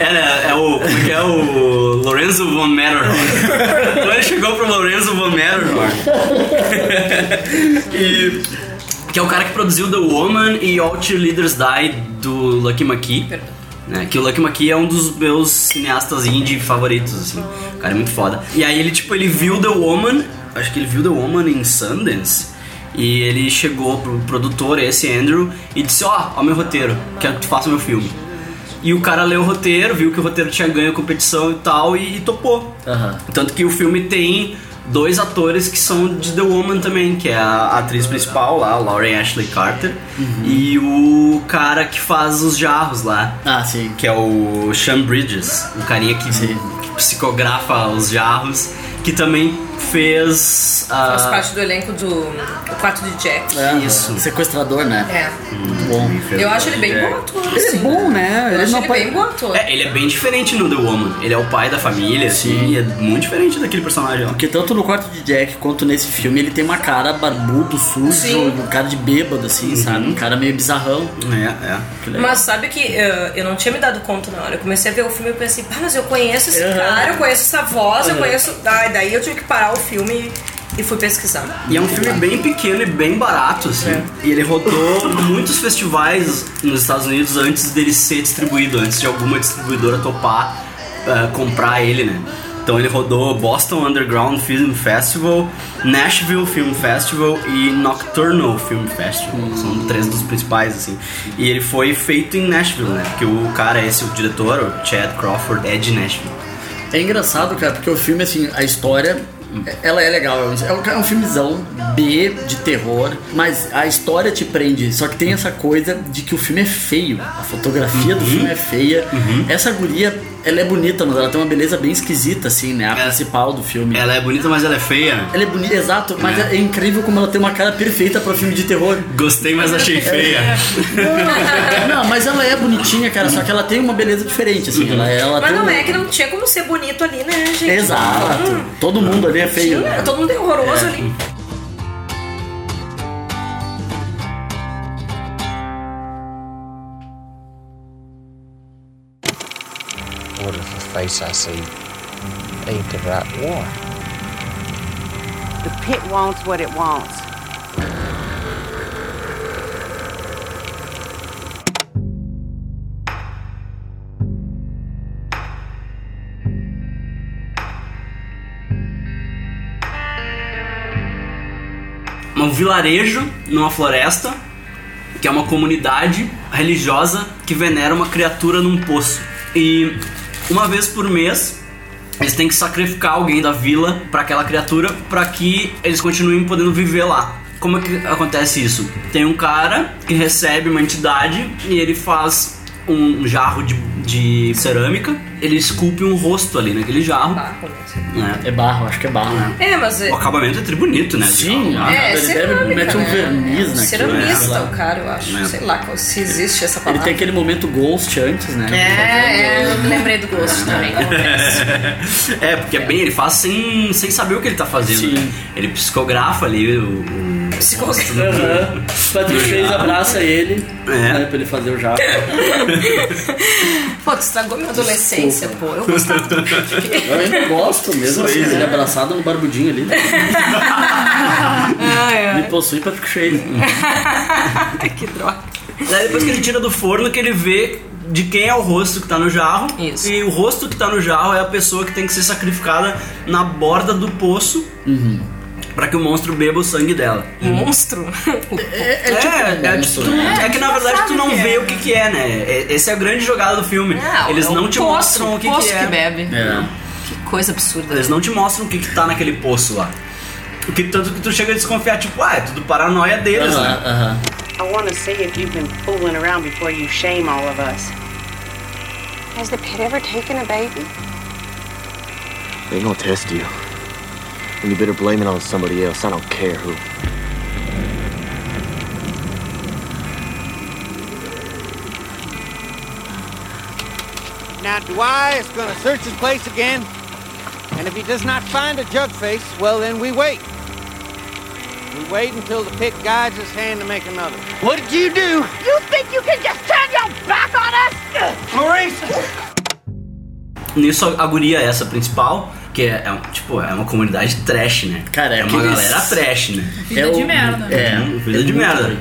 B: Era, é o. Como é que é o. Lorenzo von Matterhorn. Quando ele chegou pro Lorenzo von Matterhorn. e. Que é o cara que produziu The Woman e All Cheerleaders Die do Lucky McKee. Né, que o Lucky McKee é um dos meus cineastas indie favoritos, assim. O cara é muito foda. E aí ele, tipo, ele viu The Woman, acho que ele viu The Woman em Sundance, e ele chegou pro produtor, esse Andrew, e disse, ó, ó meu roteiro, quero que tu faça meu filme. E o cara leu o roteiro, viu que o roteiro tinha ganho a competição e tal, e, e topou. Tanto que o filme tem dois atores que são de The Woman também, que é a atriz principal lá, a Lauren Ashley Carter, e o cara que faz os jarros lá.
C: Ah, sim.
B: Que é o Sean Bridges, o carinha que, que psicografa os jarros, que também fez. ah,
D: Faz parte do elenco do O Quarto de Jack.
B: É.
C: Isso. Sequestrador, né?
D: É.
C: Bom.
D: Eu acho ele bem bom ator. assim,
C: Ele é bom, né?
D: Eu acho
C: não
D: ele
C: pode-
D: bem bom ator.
B: É, ele é bem diferente no The Woman. Ele é o pai da família, assim, e é muito diferente daquele personagem lá.
C: Porque tanto no quarto de Jack quanto nesse filme ele tem uma cara barbudo, sujo, um cara de bêbado, assim, sabe? Um cara meio bizarrão.
B: É, é.
D: Mas sabe que eh, eu não tinha me dado conta na hora. Eu comecei a ver o filme e pensei, pá, mas eu conheço esse cara, eu conheço essa voz, eu
B: Uhum.
D: conheço. Ai, daí eu tive que parar o filme e fui pesquisar.
B: E é um filme bem pequeno e bem barato, assim. E ele rodou muitos festivais nos Estados Unidos antes dele ser distribuído, antes de alguma distribuidora topar eh, comprar ele, né? Então ele rodou Boston Underground Film Festival, Nashville Film Festival e Nocturnal Film Festival. São três dos principais, assim. E ele foi feito em Nashville, né? Porque o cara, esse, o diretor, o Chad Crawford, é de Nashville.
C: É engraçado, cara, porque o filme, assim, a história, ela é legal. É um- É um, é um filmezão B de terror, mas a história te prende. Só que tem essa coisa de que o filme é feio. A fotografia do
P: Uhum.
C: filme é feia. Essa guria, ela é bonita, mas ela tem uma beleza bem esquisita, assim, né? A principal do filme.
B: Ela é bonita, mas ela é feia.
C: Ela é bonita, exato. Mas é. incrível como ela tem uma cara perfeita pra filme de terror.
B: Gostei, mas achei feia.
C: Não, não, mas ela é bonitinha, cara. Só que ela tem uma beleza diferente, assim. Ela, ela
D: Mas
C: tem
D: não
C: um-
D: é que não tinha como ser bonito ali, né, gente?
C: Exato.
D: Hum,
C: Todo mundo ali é feio.
D: tinha, todo mundo é horroroso ali.
J: What if the face I see ain't the right one?
P: The pit wants what it wants.
B: um vilarejo numa floresta, que é uma comunidade religiosa que venera uma criatura num poço. E uma vez por mês, eles têm que sacrificar alguém da vila para aquela criatura para que eles continuem podendo viver lá. Como é que acontece isso? Tem um cara que recebe uma entidade e ele faz um jarro de, de cerâmica, ele esculpe um rosto ali naquele jarro. É barro, acho que é barro, né?
D: É, mas.
B: O acabamento é tri bonito, né?
C: Sim,
B: ah,
D: é,
C: ele deve-
D: cerâmica,
C: mete um
D: né?
C: verniz naquilo,
D: Ceramista,
C: né?
D: o cara, eu acho.
C: É.
D: Sei lá qual- se existe essa
C: Ele
D: palavra.
C: tem aquele momento ghost antes, né?
D: É, é, eu me lembrei do gosto também.
B: é, porque é bem, ele faz sem, sem saber o que ele tá fazendo. né? Ele psicografa ali o. o
D: é Psicografa.
C: Aham. Patrick Fez abraça ele
D: É.
C: né, pra ele fazer o jato.
D: Pô, tu estragou minha adolescência, pô. Eu gostava do
C: Eu gosto mesmo, assim,
D: né?
C: ele abraçado no barbudinho ali.
D: É.
C: Me possui Patrick Fez.
D: que droga.
B: Daí depois que ele tira do forno, que ele vê de quem é o rosto que tá no jarro. E o rosto que tá no jarro é a pessoa que tem que ser sacrificada na borda do poço Uhum. pra que o monstro beba o sangue dela.
D: Um monstro.
B: É, é, tipo, tu- é que na verdade tu não vê o que que é, né? É- Essa é a grande jogada do filme.
D: Não,
B: Eles
D: é
B: não
D: um
B: te
D: poço,
B: mostram o que,
D: poço
B: que é.
D: que bebe.
B: É.
D: Que coisa absurda.
B: Eles não te mostram o que, que tá naquele poço lá. O que tanto que tu chega a desconfiar, tipo, ah, é tudo paranoia deles,
C: Aham,
B: né?
C: aham.
P: I want to see if you've been fooling around before you shame all of us.
H: Has the pit ever taken a baby?
Q: They gonna test you. And you better blame it on somebody else. I don't care who.
N: Now Dwyer is gonna search his place again, and if he does not find a jug face, well then we wait. We wait until the pick guides his hand to make another. What did you do? You think you can just turn your back on us? Maurice!
B: Nisso a guria é essa principal, que é, é um- tipo, é uma comunidade trash, né? Cara, é uma
C: aqueles-
B: galera trash, né?
E: Vida de merda.
B: É, vida de merda.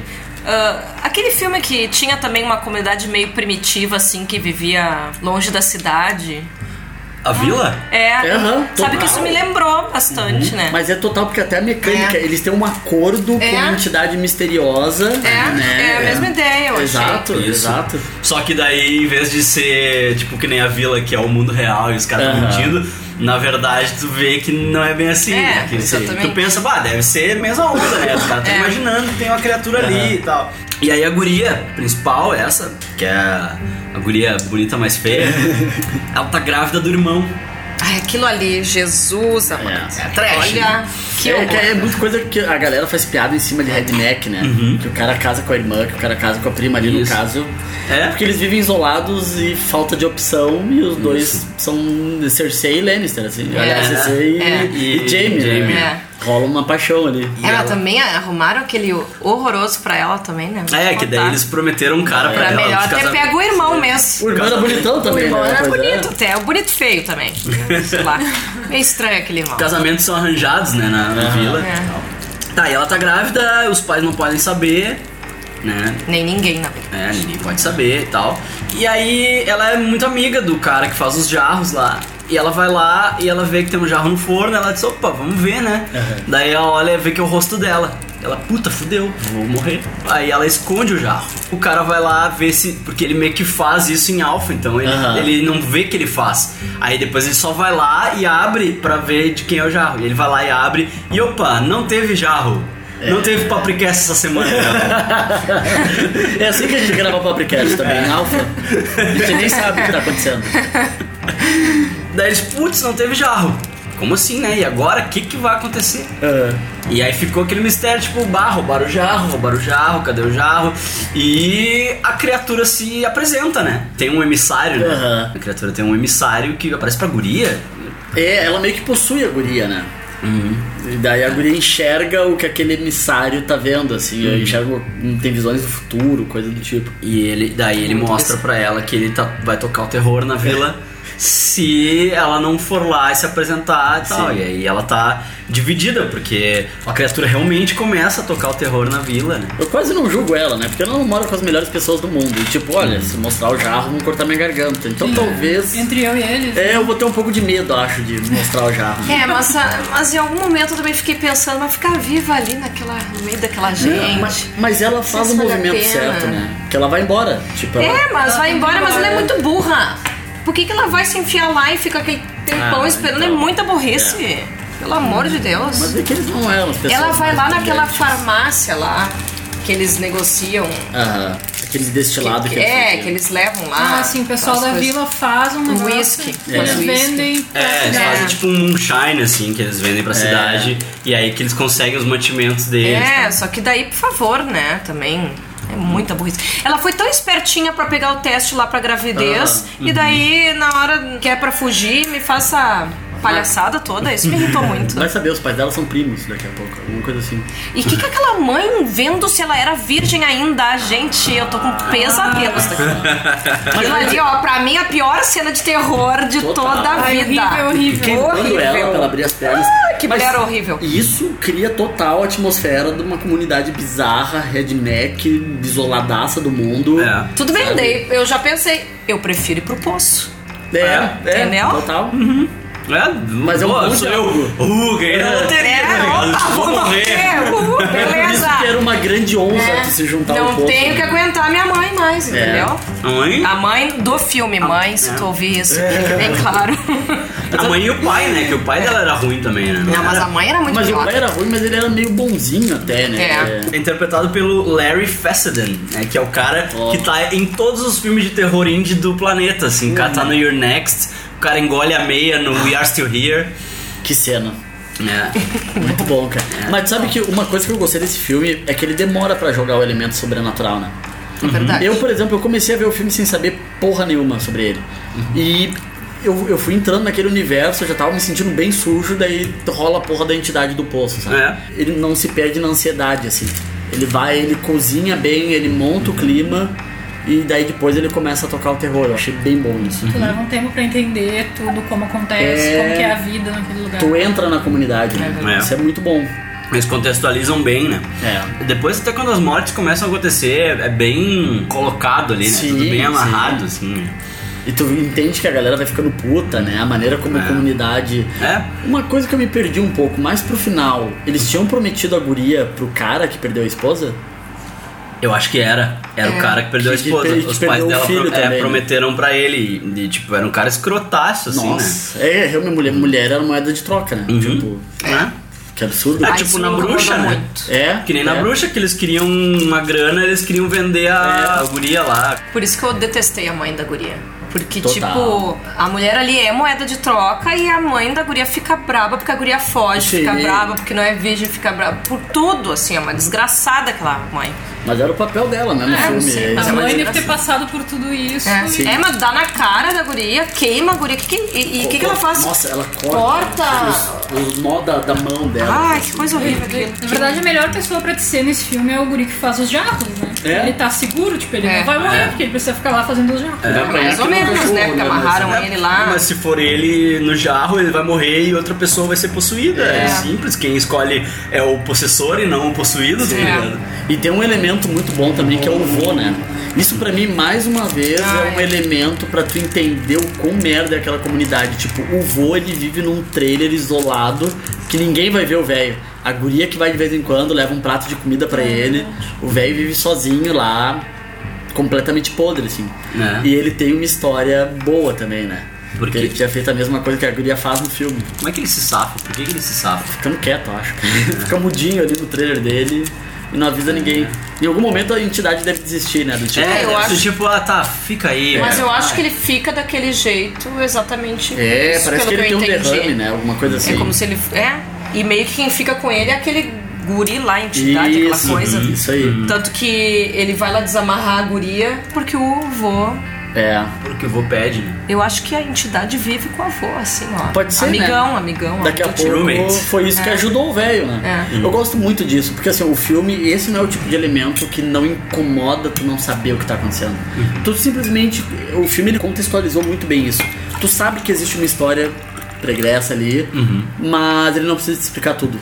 D: Ah, aquele filme que tinha também uma comunidade meio primitiva, assim, que vivia longe da cidade.
B: A vila?
D: É.
C: Aham,
D: sabe
C: total.
D: que isso me lembrou bastante, né?
C: Mas é total, porque até a mecânica, eles têm um acordo
D: É.
C: com uma entidade misteriosa.
D: É,
C: né?
D: é a mesma ideia, eu achei.
C: Exato,
B: Isso.
C: exato.
B: Só que daí, em vez de ser tipo que nem a vila, que é o mundo real e os caras estão
C: Aham.
B: mentindo, na verdade tu vê que não é bem assim.
C: É,
B: né? Que se-
C: exatamente.
B: tu pensa, bah, deve ser mesma onda, né? Os caras estão imaginando que tem uma criatura
C: Aham.
B: ali e tal. E aí a guria principal, essa, que é a a guria bonita mais feia, ela tá grávida do irmão.
D: Ai, aquilo ali, Jesus, amado.
C: É trash,
D: Olha,
C: né?
D: que
C: é,
D: horror.
C: que é muito coisa que a galera faz piada em cima de redneck, né?
D: Uhum.
C: Que o cara casa com a irmã, que o cara casa com a prima ali no caso.
B: É.
C: Porque eles vivem isolados e falta de opção, e os dois são Cersei e Lannister, assim.
D: É.
C: Aliás, Cersei
D: É.
C: e, e Jaime,
D: Jamie.
C: né? Rola uma paixão ali.
D: É. Ela também arrumaram aquele horroroso pra ela também, né?
B: É, que daí eles prometeram um cara pra
D: Pra
B: ela.
D: melhor,
B: dos
D: até
B: casa-
D: pega o irmão mesmo.
C: O irmão era bonitão também,
D: O irmão
C: né?
D: era
C: Pois é.
D: bonito até, o bonito feio também. Sei lá. Meio estranho aquele irmão.
B: Casamentos são arranjados, né, na, na vila.
D: É.
B: Tá, e ela tá grávida, os pais não podem saber, né?
D: Nem ninguém, na verdade.
B: É, ninguém pode saber e tal. E aí ela é muito amiga do cara que faz os jarros lá. E ela vai lá e ela vê que tem um jarro no forno, ela diz, opa, vamos ver, né? Daí ela olha e vê que é o rosto dela. Ela, puta, fudeu, vou morrer. Aí ela esconde o jarro. O cara vai lá ver se. Porque ele meio que faz isso em alfa, então ele,
C: Aham.
B: ele não vê que ele faz. Aí depois ele só vai lá e abre pra ver de quem é o jarro. E ele vai lá e abre e opa, não teve jarro. Não teve papricast essa semana, galera.
C: É assim que a gente grava podcast também,
D: É.
C: em Alpha. A gente nem sabe o que tá acontecendo.
B: Daí eles, putz, não teve jarro. Como assim, né? E agora, o que, que vai acontecer?
D: É.
B: E aí ficou aquele mistério, tipo, bah, roubaram o jarro, roubaram o jarro, cadê o jarro? E a criatura se apresenta, né? Tem um emissário, né? A criatura tem um emissário que aparece pra guria.
C: É, ela meio que possui a guria, né? E daí a guria enxerga o que aquele emissário tá vendo, assim,
B: Uhum.
C: enxerga, tem visões do futuro, coisa do tipo.
B: E ele, daí ele
C: Muito
B: mostra pra ela que ele tá, vai tocar o terror na vila. se ela não for lá e se apresentar e tal. E aí ela tá dividida, porque a criatura realmente começa a tocar o terror na vila, né?
C: Eu quase não julgo ela, né? Porque ela não mora com as melhores pessoas do mundo. E tipo, olha, se mostrar o jarro, vão cortar minha garganta. Então talvez.
E: Entre eu e eles.
C: É, eu vou ter um pouco de medo, acho, de mostrar o jarro.
D: É, mas, a- mas em algum momento eu também fiquei pensando, mas ficar viva ali naquela, no meio daquela gente.
C: Não, mas, mas ela faz
D: se
C: o
D: vale a
C: movimento
D: pena.
C: certo, né? Que ela vai embora. Tipo,
D: É,
C: ela-
D: mas vai embora, mas ela é muito burra. Por que, que ela vai se enfiar lá e fica aquele tempão
C: Ah,
D: esperando? É muita burrice. Pelo amor de Deus.
C: Mas é que eles não eram as pessoas.
D: ela vai
C: mais
D: lá naquela
C: inteligentes.
D: farmácia lá que eles negociam.
C: Aham. Aquele destilado que, eles
D: é,
C: faziam.
D: que eles levam lá.
E: Ah, sim, o pessoal
D: as
E: da
D: coisas.
E: vila faz um negócio.
D: Whisky.
E: Eles
B: É.
E: vendem.
B: É, eles fazem tipo um moonshine, assim, que eles vendem pra
C: É.
B: cidade. E aí que eles conseguem os mantimentos deles.
D: É, só que daí, por favor, né? Também é muita burrice. Ela foi tão espertinha pra pegar o teste lá pra gravidez
B: Ah,
D: e daí na hora que é pra fugir me faça palhaçada toda. Isso me irritou muito.
C: Vai saber, os pais dela são primos daqui a pouco, alguma coisa assim.
D: E o que, que aquela mãe vendo se ela era virgem ainda? Gente, eu tô com pesadelos daqui. Aquilo ali, ó, pra mim a pior cena de terror de toda a
E: Ai,
D: vida.
E: horrível, horrível.
C: Quando ela, pra ela abrir as pernas.
D: que
C: Mas
D: mulher horrível.
C: Isso cria total a atmosfera de uma comunidade bizarra, redneck, isoladaça do mundo. É.
D: Tudo bem, daí eu já pensei, eu prefiro ir pro poço.
C: É, é,
D: Entendeu?
C: total.
B: É,
C: Mas é um
B: pô,
C: bom
B: sou
C: jogo.
B: eu. Uh, ganhei na
D: É,
B: loteria, tá ligado?
D: opa,
B: Tipo,
D: vou morrer. Uhul,
C: Por isso
D: é, beleza. É.
C: que era uma grande honra tu se juntar ao
D: Não
C: poço.
D: tenho que aguentar minha mãe mais,
C: um É.
D: entendeu?
B: A mãe?
D: A mãe do filme, mãe, se tu ouvir isso,
B: É.
D: é. bem claro.
B: A mãe e o pai, né? Que o pai dela era ruim também, né?
D: Não, mas a mãe era muito
C: Mas
D: pior.
C: o pai era ruim, mas ele era meio bonzinho até, né?
D: É.
B: É interpretado pelo Larry Fessenden, né, que é o cara que tá em todos os filmes de terror indie do planeta, assim. O cara tá no Your Next, o cara engole a meia no We Are Still Here.
C: Que cena.
B: É.
C: Muito bom, cara. Mas sabe que uma coisa que eu gostei desse filme é que ele demora pra jogar o elemento sobrenatural, né?
D: É verdade.
C: Eu, por exemplo, eu comecei a ver o filme sem saber porra nenhuma sobre ele.
B: Uhum.
C: E eu, eu fui entrando naquele universo, eu já tava me sentindo bem sujo, daí rola a porra da entidade do poço, sabe?
B: É.
C: Ele não se perde na ansiedade, assim. Ele vai, ele cozinha bem, ele monta o clima e daí depois ele começa a tocar o terror. Eu achei bem bom isso.
E: Tu leva um tempo pra entender tudo, como acontece,
C: É.
E: como que é a vida naquele lugar.
C: Tu é- entra na comunidade, né?
B: É.
C: Isso é muito bom.
B: Eles contextualizam bem, né?
C: É.
B: Depois, até quando as mortes começam a acontecer, é bem colocado ali, né?
C: Sim,
B: Tudo bem
C: sim.
B: amarrado, assim. né?
C: E tu entende que a galera vai ficando puta, né? A maneira como a comunidade.
B: É.
C: Uma coisa que eu me perdi um pouco, mais pro final, eles tinham prometido a guria pro cara que perdeu a esposa?
B: Eu acho que era. Era
C: É.
B: o cara que perdeu
C: Que-
B: a
C: que
B: esposa.
C: per- que
B: Os pais
C: perdeu o
B: dela
C: filho
B: pro- é,
C: também, né?
B: prometeram pra ele. E, e, tipo, era um cara escrotaço, assim, né? Uhum.
C: Nossa. É, realmente, mulher, mulher era moeda de troca, né? Tipo. Que absurdo.
B: É tipo na bruxa, né?
C: É.
B: Que nem na
C: é.
B: bruxa, que eles queriam uma grana, eles queriam vender a, a guria lá.
D: Por isso que eu detestei a mãe da guria. Porque,
B: Total.
D: tipo, a mulher ali é moeda de troca e a mãe da guria fica braba porque a guria foge, fica
C: Sim.
D: braba porque não é virgem, fica braba. Por tudo, assim, é uma desgraçada aquela mãe.
C: Mas era o papel dela, né? No
D: É,
C: filme.
D: sim,
C: é
E: A
C: isso.
E: Tá, mãe deve ter passado por tudo isso.
D: É,
C: Sim.
D: É, mas dá na cara da guria, queima a guria. Que que- e e o que, que ela faz?
C: Nossa, ela corta.
D: Corta!
C: Os, os nó da, da mão dela.
D: Ai, que coisa horrível aquilo.
E: Na verdade, a melhor pessoa pra te ser nesse filme é o guri que faz os jarros, né?
C: É.
E: Ele tá seguro, tipo, ele
D: É.
E: não vai morrer,
B: É.
E: porque ele precisa ficar lá fazendo os jarros.
B: É.
D: Mais ou menos, né? Porque amarraram
B: É,
D: ele lá.
B: Mas se for ele no jarro, ele vai morrer e outra pessoa vai ser possuída. É, simples, quem escolhe é o possessor e não o possuído, tá ligado?
C: E tem um elemento muito bom também que é o vô, né? Isso pra mim, mais uma vez, é um elemento pra tu entender o quão merda é aquela comunidade. Tipo, o vô ele vive num trailer isolado que ninguém vai ver o velho. A guria que vai de vez em quando leva um prato de comida pra ele. O velho vive sozinho lá, completamente podre, assim.
B: É.
C: E ele tem uma história boa também, né?
B: Por
C: Porque
B: quê?
C: ele tinha feito a mesma coisa que a guria faz no filme.
B: Como é que ele se safa? Por que, que ele se safa?
C: Ficando quieto, eu acho. Fica mudinho ali no trailer dele e não avisa ninguém. Em algum momento a entidade deve desistir, né? Do tipo,
B: É,
D: eu
B: deve
D: acho-
B: ser tipo, ah tá, fica aí.
D: Mas
B: cara.
D: eu acho que ele fica daquele jeito exatamente.
C: É,
D: isso,
C: parece que
D: pelo
C: ele tem um
D: eu entendi.
C: derrame, né? Alguma coisa assim.
D: É como se ele. É. E meio que quem fica com ele é aquele guri lá, a entidade,
C: isso, Uhum.
D: aquela coisa.
C: Isso aí.
D: Tanto que ele vai lá desamarrar a guria porque o vô.
C: É.
B: Porque o vô pede, né?
D: Eu acho que a entidade vive com a avô, assim, ó.
C: Pode ser,
D: Amigão,
C: né?
D: amigão.
C: Daqui a
D: algo do tipo.
C: pouco foi isso que
D: É.
C: ajudou o velho, né?
E: É.
C: Eu gosto muito disso, porque assim, o filme, esse não é o tipo de elemento que não
B: Uhum.
C: incomoda tu não saber o que tá acontecendo. Tu simplesmente. O filme ele contextualizou muito bem isso. tu sabe que existe uma história pregressa ali,
B: Uhum.
C: mas ele não precisa te explicar tudo,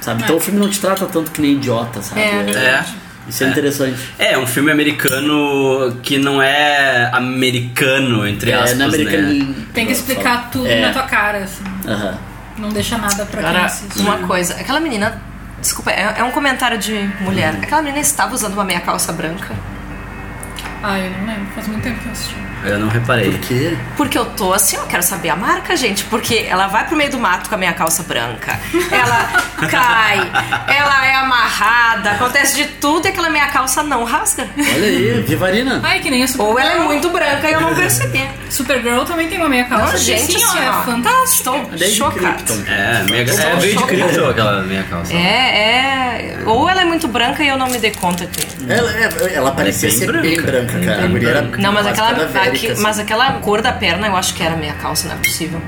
C: sabe?
B: É.
C: Então o filme não te trata tanto que nem idiota, sabe?
B: É.
C: Isso é, interessante.
B: É, um filme americano que não é americano, entre
C: É,
B: aspas,
C: não é americano-
B: né?
E: Tem que explicar tudo
B: É.
E: na tua cara, assim.
C: Aham.
E: Não deixa nada pra quem
D: Cara, hum.
E: assiste.
D: uma coisa. Aquela menina. Desculpa, é, é um comentário de mulher. Aquela menina estava usando uma meia calça branca.
E: Ah, eu não lembro. Faz muito tempo que eu assisti.
B: Eu não reparei. Por
C: quê?
D: Porque eu tô assim, eu quero saber a marca, gente. Porque ela vai pro meio do mato com a meia calça branca. Ela cai, ela é amarrada, acontece de tudo e aquela meia calça não rasga.
C: Olha aí, Vivarina.
E: Ai, que nem a Supergirl.
D: Ou ela é muito branca e eu não percebi.
E: Supergirl também tem uma meia calça.
D: Não, gente,
E: assim, ó,
D: assim, ó.
E: é fantástico.
D: Desde Chocada. Krypton.
B: É, meio,
D: Eu
B: é
D: sou
B: meio de
D: chocada.
B: cripto aquela minha calça.
D: É, é. Ou ela é muito branca e eu não me dei conta que.
C: Ela, é- ela parecia
B: bem
C: ser
B: branca.
C: bem branca, cara. a mulher era
D: Não, mas
C: quase
D: aquela,
C: cadavérica,
D: aqui-
C: assim.
D: mas aquela cor da perna eu acho que era meia calça, não é possível.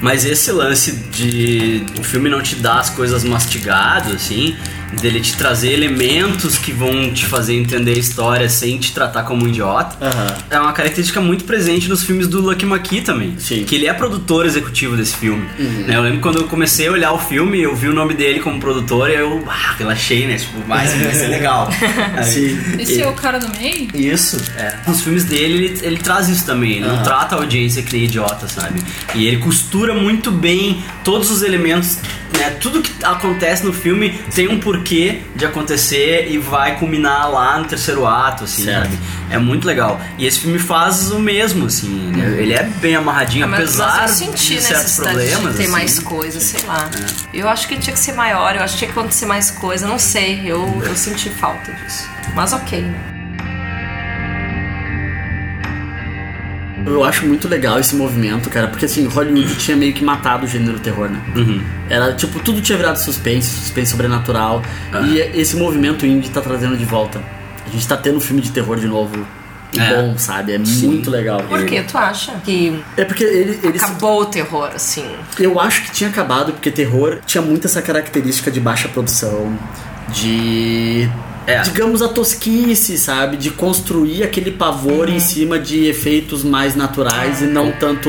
B: Mas esse lance de o filme não te dar as coisas mastigado, assim, dele te trazer elementos que vão te fazer entender a história sem te tratar como um idiota,
C: assim.
B: é uma característica muito presente nos filmes do Lucky McKee também. Que ele é produtor executivo desse filme. né? Eu lembro quando eu comecei a olhar o filme, eu vi o nome dele como produtor e eu ah, relaxei, né? Tipo, mas vai ser legal. Aí-
E: Esse é o cara do meio?
B: isso. É. Nos filmes dele, ele, ele traz isso também. Ele não
C: Aham.
B: trata a audiência que nem idiota, sabe? E ele costura muito bem todos os elementos. Né? Tudo que acontece no filme tem um porquê de acontecer e vai culminar lá no terceiro ato, assim, sabe? É muito legal. E esse filme faz o mesmo, assim. né? Ele é bem amarradinho,
D: Ah, mas
B: apesar
D: eu senti
B: de certos
D: necessidade
B: problemas.
D: de ter
B: assim.
D: mais coisa, sei
C: É.
D: lá. Eu acho que tinha que ser maior, eu acho que tinha que acontecer mais coisa, não sei, eu, eu senti falta disso. Mas ok, né?
C: Eu acho muito legal esse movimento, cara, porque assim, Hollywood tinha meio que matado o gênero terror, né? Era tipo, tudo tinha virado suspense, suspense sobrenatural. E esse movimento indie tá trazendo de volta. A gente tá tendo filme de terror de novo. E
D: É.
C: Bom, sabe? É muito legal.
D: Por que tu acha que
C: É porque ele, ele
D: acabou o terror, assim?
C: Eu acho que tinha acabado, porque terror tinha muito essa característica de baixa produção, de. é, Digamos a tosquice, sabe? De construir aquele pavor em cima de efeitos mais naturais e não tanto.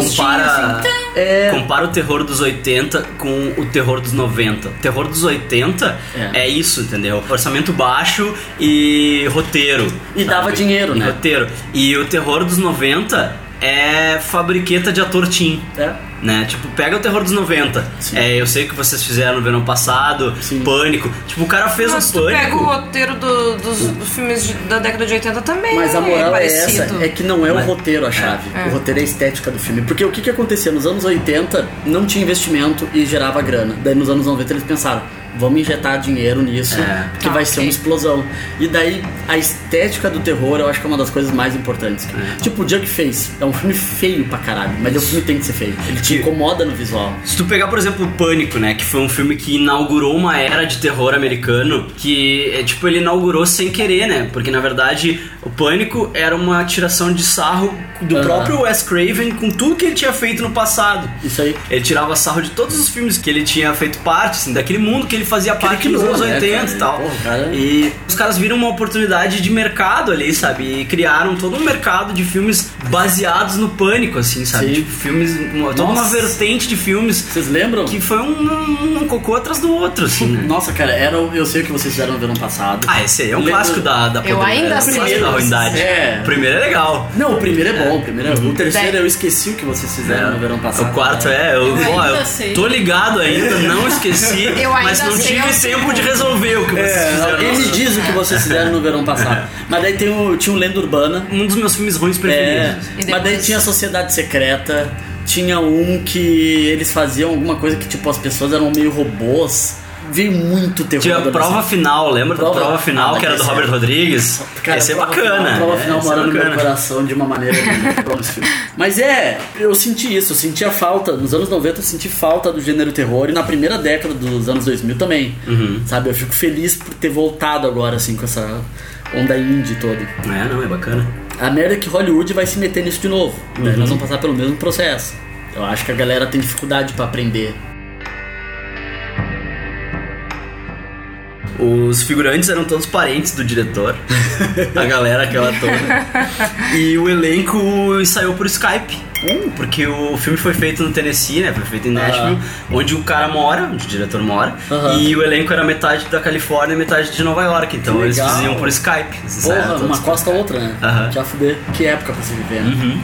B: Compara,
C: É.
B: compara o terror dos 80 com o terror dos 90. O terror dos 80 é, isso, entendeu? Orçamento baixo e roteiro.
C: E dava dinheiro,
B: E
C: né?
B: Roteiro. E o terror dos 90 é fabriqueta de ator teen.
C: É.
B: Né? Tipo, pega o terror dos 90. É, eu sei o que vocês fizeram no verão passado, pânico. Tipo, o cara fez
D: Mas
B: um
D: Ah, tu
B: pânico.
D: pega o roteiro do- dos, dos filmes de- da década de 80 também,
C: Mas a
D: é
C: moral é
D: parecido.
C: essa, é que não é o roteiro a chave.
D: É.
C: O roteiro é a estética do filme. Porque o que, que acontecia? Nos anos 80 não tinha investimento e gerava grana. Daí nos anos 90 eles pensaram, vamos injetar dinheiro nisso,
B: É.
C: que vai
D: Ah,
C: ser uma explosão. E daí a estética do terror eu acho que é uma das coisas mais importantes. Tipo, o Junk Face é um filme feio pra caralho, mas o filme tem que ser feio. Ele te incomoda no visual.
B: Se tu pegar, por exemplo, o Pânico, né? Que foi um filme que inaugurou uma era de terror americano. Que, é, tipo, ele inaugurou sem querer, né? Porque, na verdade, o Pânico era uma tiração de sarro do
C: Aham.
B: próprio Wes Craven com tudo que ele tinha feito no passado.
C: Isso aí.
B: Ele tirava sarro de todos os filmes que ele tinha feito parte, assim, daquele mundo que ele fazia parte nos
C: criou,
B: anos
C: né,
B: 80
C: cara?
B: e tal.
C: Porra, cara. é-
B: E os caras viram uma oportunidade de mercado ali, sabe? E criaram todo um mercado de filmes baseados no pânico, assim, sabe?
C: Sim.
B: Tipo, filmes. Uma, toda uma
C: Nossa.
B: vertente de filmes.
C: Vocês lembram?
B: Que foi um, um- um cocô atrás do outro, assim, né?
C: Nossa, cara, era o- eu sei o que vocês fizeram no verão passado.
B: Ah, esse aí é um
C: Lembra-
B: clássico da, da podridão,
D: ainda
B: é um
D: sei.
B: clássico da ruindade.
C: É.
B: O primeiro é legal.
C: Não, o primeiro é bom, o primeiro é bom. O terceiro
D: Daí-
C: eu esqueci o que vocês fizeram no verão passado.
B: O quarto é, eu,
C: Eu
B: ó,
C: ainda
B: eu
C: sei.
B: tô ligado ainda, não esqueci,
D: Eu
B: mas
D: ainda
B: não
D: sei
B: tive
D: ao
B: tempo
D: segundo.
B: de resolver o que vocês fizeram.
C: É,
B: É.
C: Ele diz o que vocês fizeram no verão passado. Mas daí tem o, tinha o Lenda Urbana.
B: Um dos meus filmes ruins preferidos.
C: É,
B: E
C: Mas daí
B: depois-
C: tinha a Sociedade Secreta. Tinha um que eles faziam alguma coisa que, tipo, as pessoas eram meio robôs. Veio muito terror.
B: Tinha
C: adolescente.
B: prova final, lembra
C: Prova-
B: da prova
C: Ah,
B: final
C: mas
B: que era do
C: esse é-
B: Robert Rodrigues?
C: Cara,
B: Esse é
C: prova
B: bacana.
C: Final, a prova
B: é,
C: final
B: esse é
C: mora no meu
B: bacana.
C: coração de uma maneira. linda. Eu amo esse filme. Mas é, eu senti isso, eu senti a falta. Nos anos 90 eu senti falta do gênero terror e na primeira década dos anos 2000 também.
B: Uhum.
C: Sabe, eu fico feliz por ter voltado agora, assim, com essa onda indie toda.
B: É, não, é bacana.
C: A merda é que Hollywood vai se meter nisso de novo. Né?
B: Uhum.
C: Nós vamos passar pelo mesmo processo. Eu acho que a galera tem dificuldade pra aprender.
B: Os figurantes eram todos parentes do diretor, a galera aquela toda. E o elenco ensaiou por Skype.
C: Uh.
B: Porque o filme foi feito no Tennessee, né? Foi feito em Nashville, onde o cara mora, onde o diretor mora,
C: Ah. Aham.
B: e o elenco era metade da Califórnia e metade de Nova York. Então
C: Que
B: eles
C: legal.
B: faziam por Skype. eles ensaiaram
C: Porra,
B: todos
C: uma costa a outra, né? Já fuder. Que época pra se viver, né?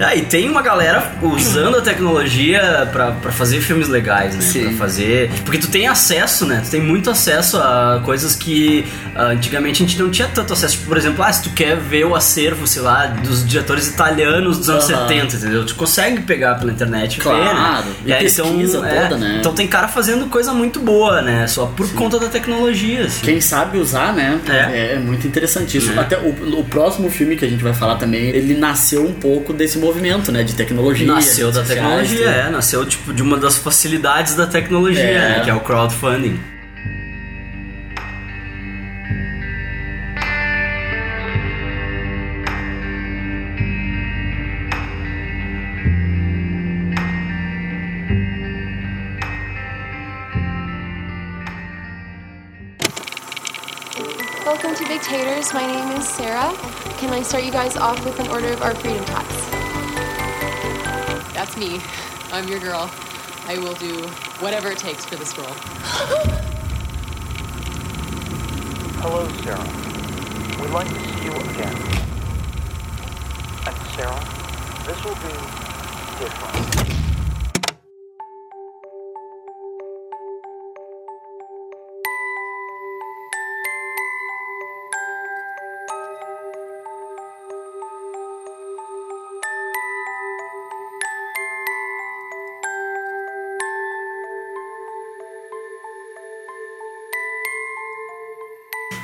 B: É. Ah, e tem uma galera usando a tecnologia pra, pra fazer filmes legais, né? Pra fazer. Porque tu tem acesso, né? Tu tem muito acesso a coisas que ah, antigamente a gente não tinha tanto acesso. Tipo, por exemplo, ah, se tu quer ver o acervo, sei lá, dos diretores italianos dos anos
C: Aham.
B: 70, entendeu? Tu consegue pegar pela internet e ver, né?
C: Claro, e
B: aí são-
C: pesquisa
B: é,
C: toda, né?
B: Então tem cara fazendo coisa muito boa, né? Só por conta da tecnologia, assim.
C: Quem sabe usar, né? É, é muito interessante isso. Até o, o próximo filme que a gente vai falar também, ele nasceu um pouco desse movimento, né? De tecnologia.
B: Nasceu da
C: redes sociais, né?
B: tecnologia,
C: tudo.
B: é. Nasceu tipo, de uma das facilidades da tecnologia,
C: É.
B: né, que é o crowdfunding.
I: Welcome to Dictators. My name is Sarah. Can I start you guys off with an order of our freedom tots?
R: That's me. I'm your girl. I will do whatever it takes for this role.
K: Hello, Sarah. We'd like to see you again. And Sarah, this will be different.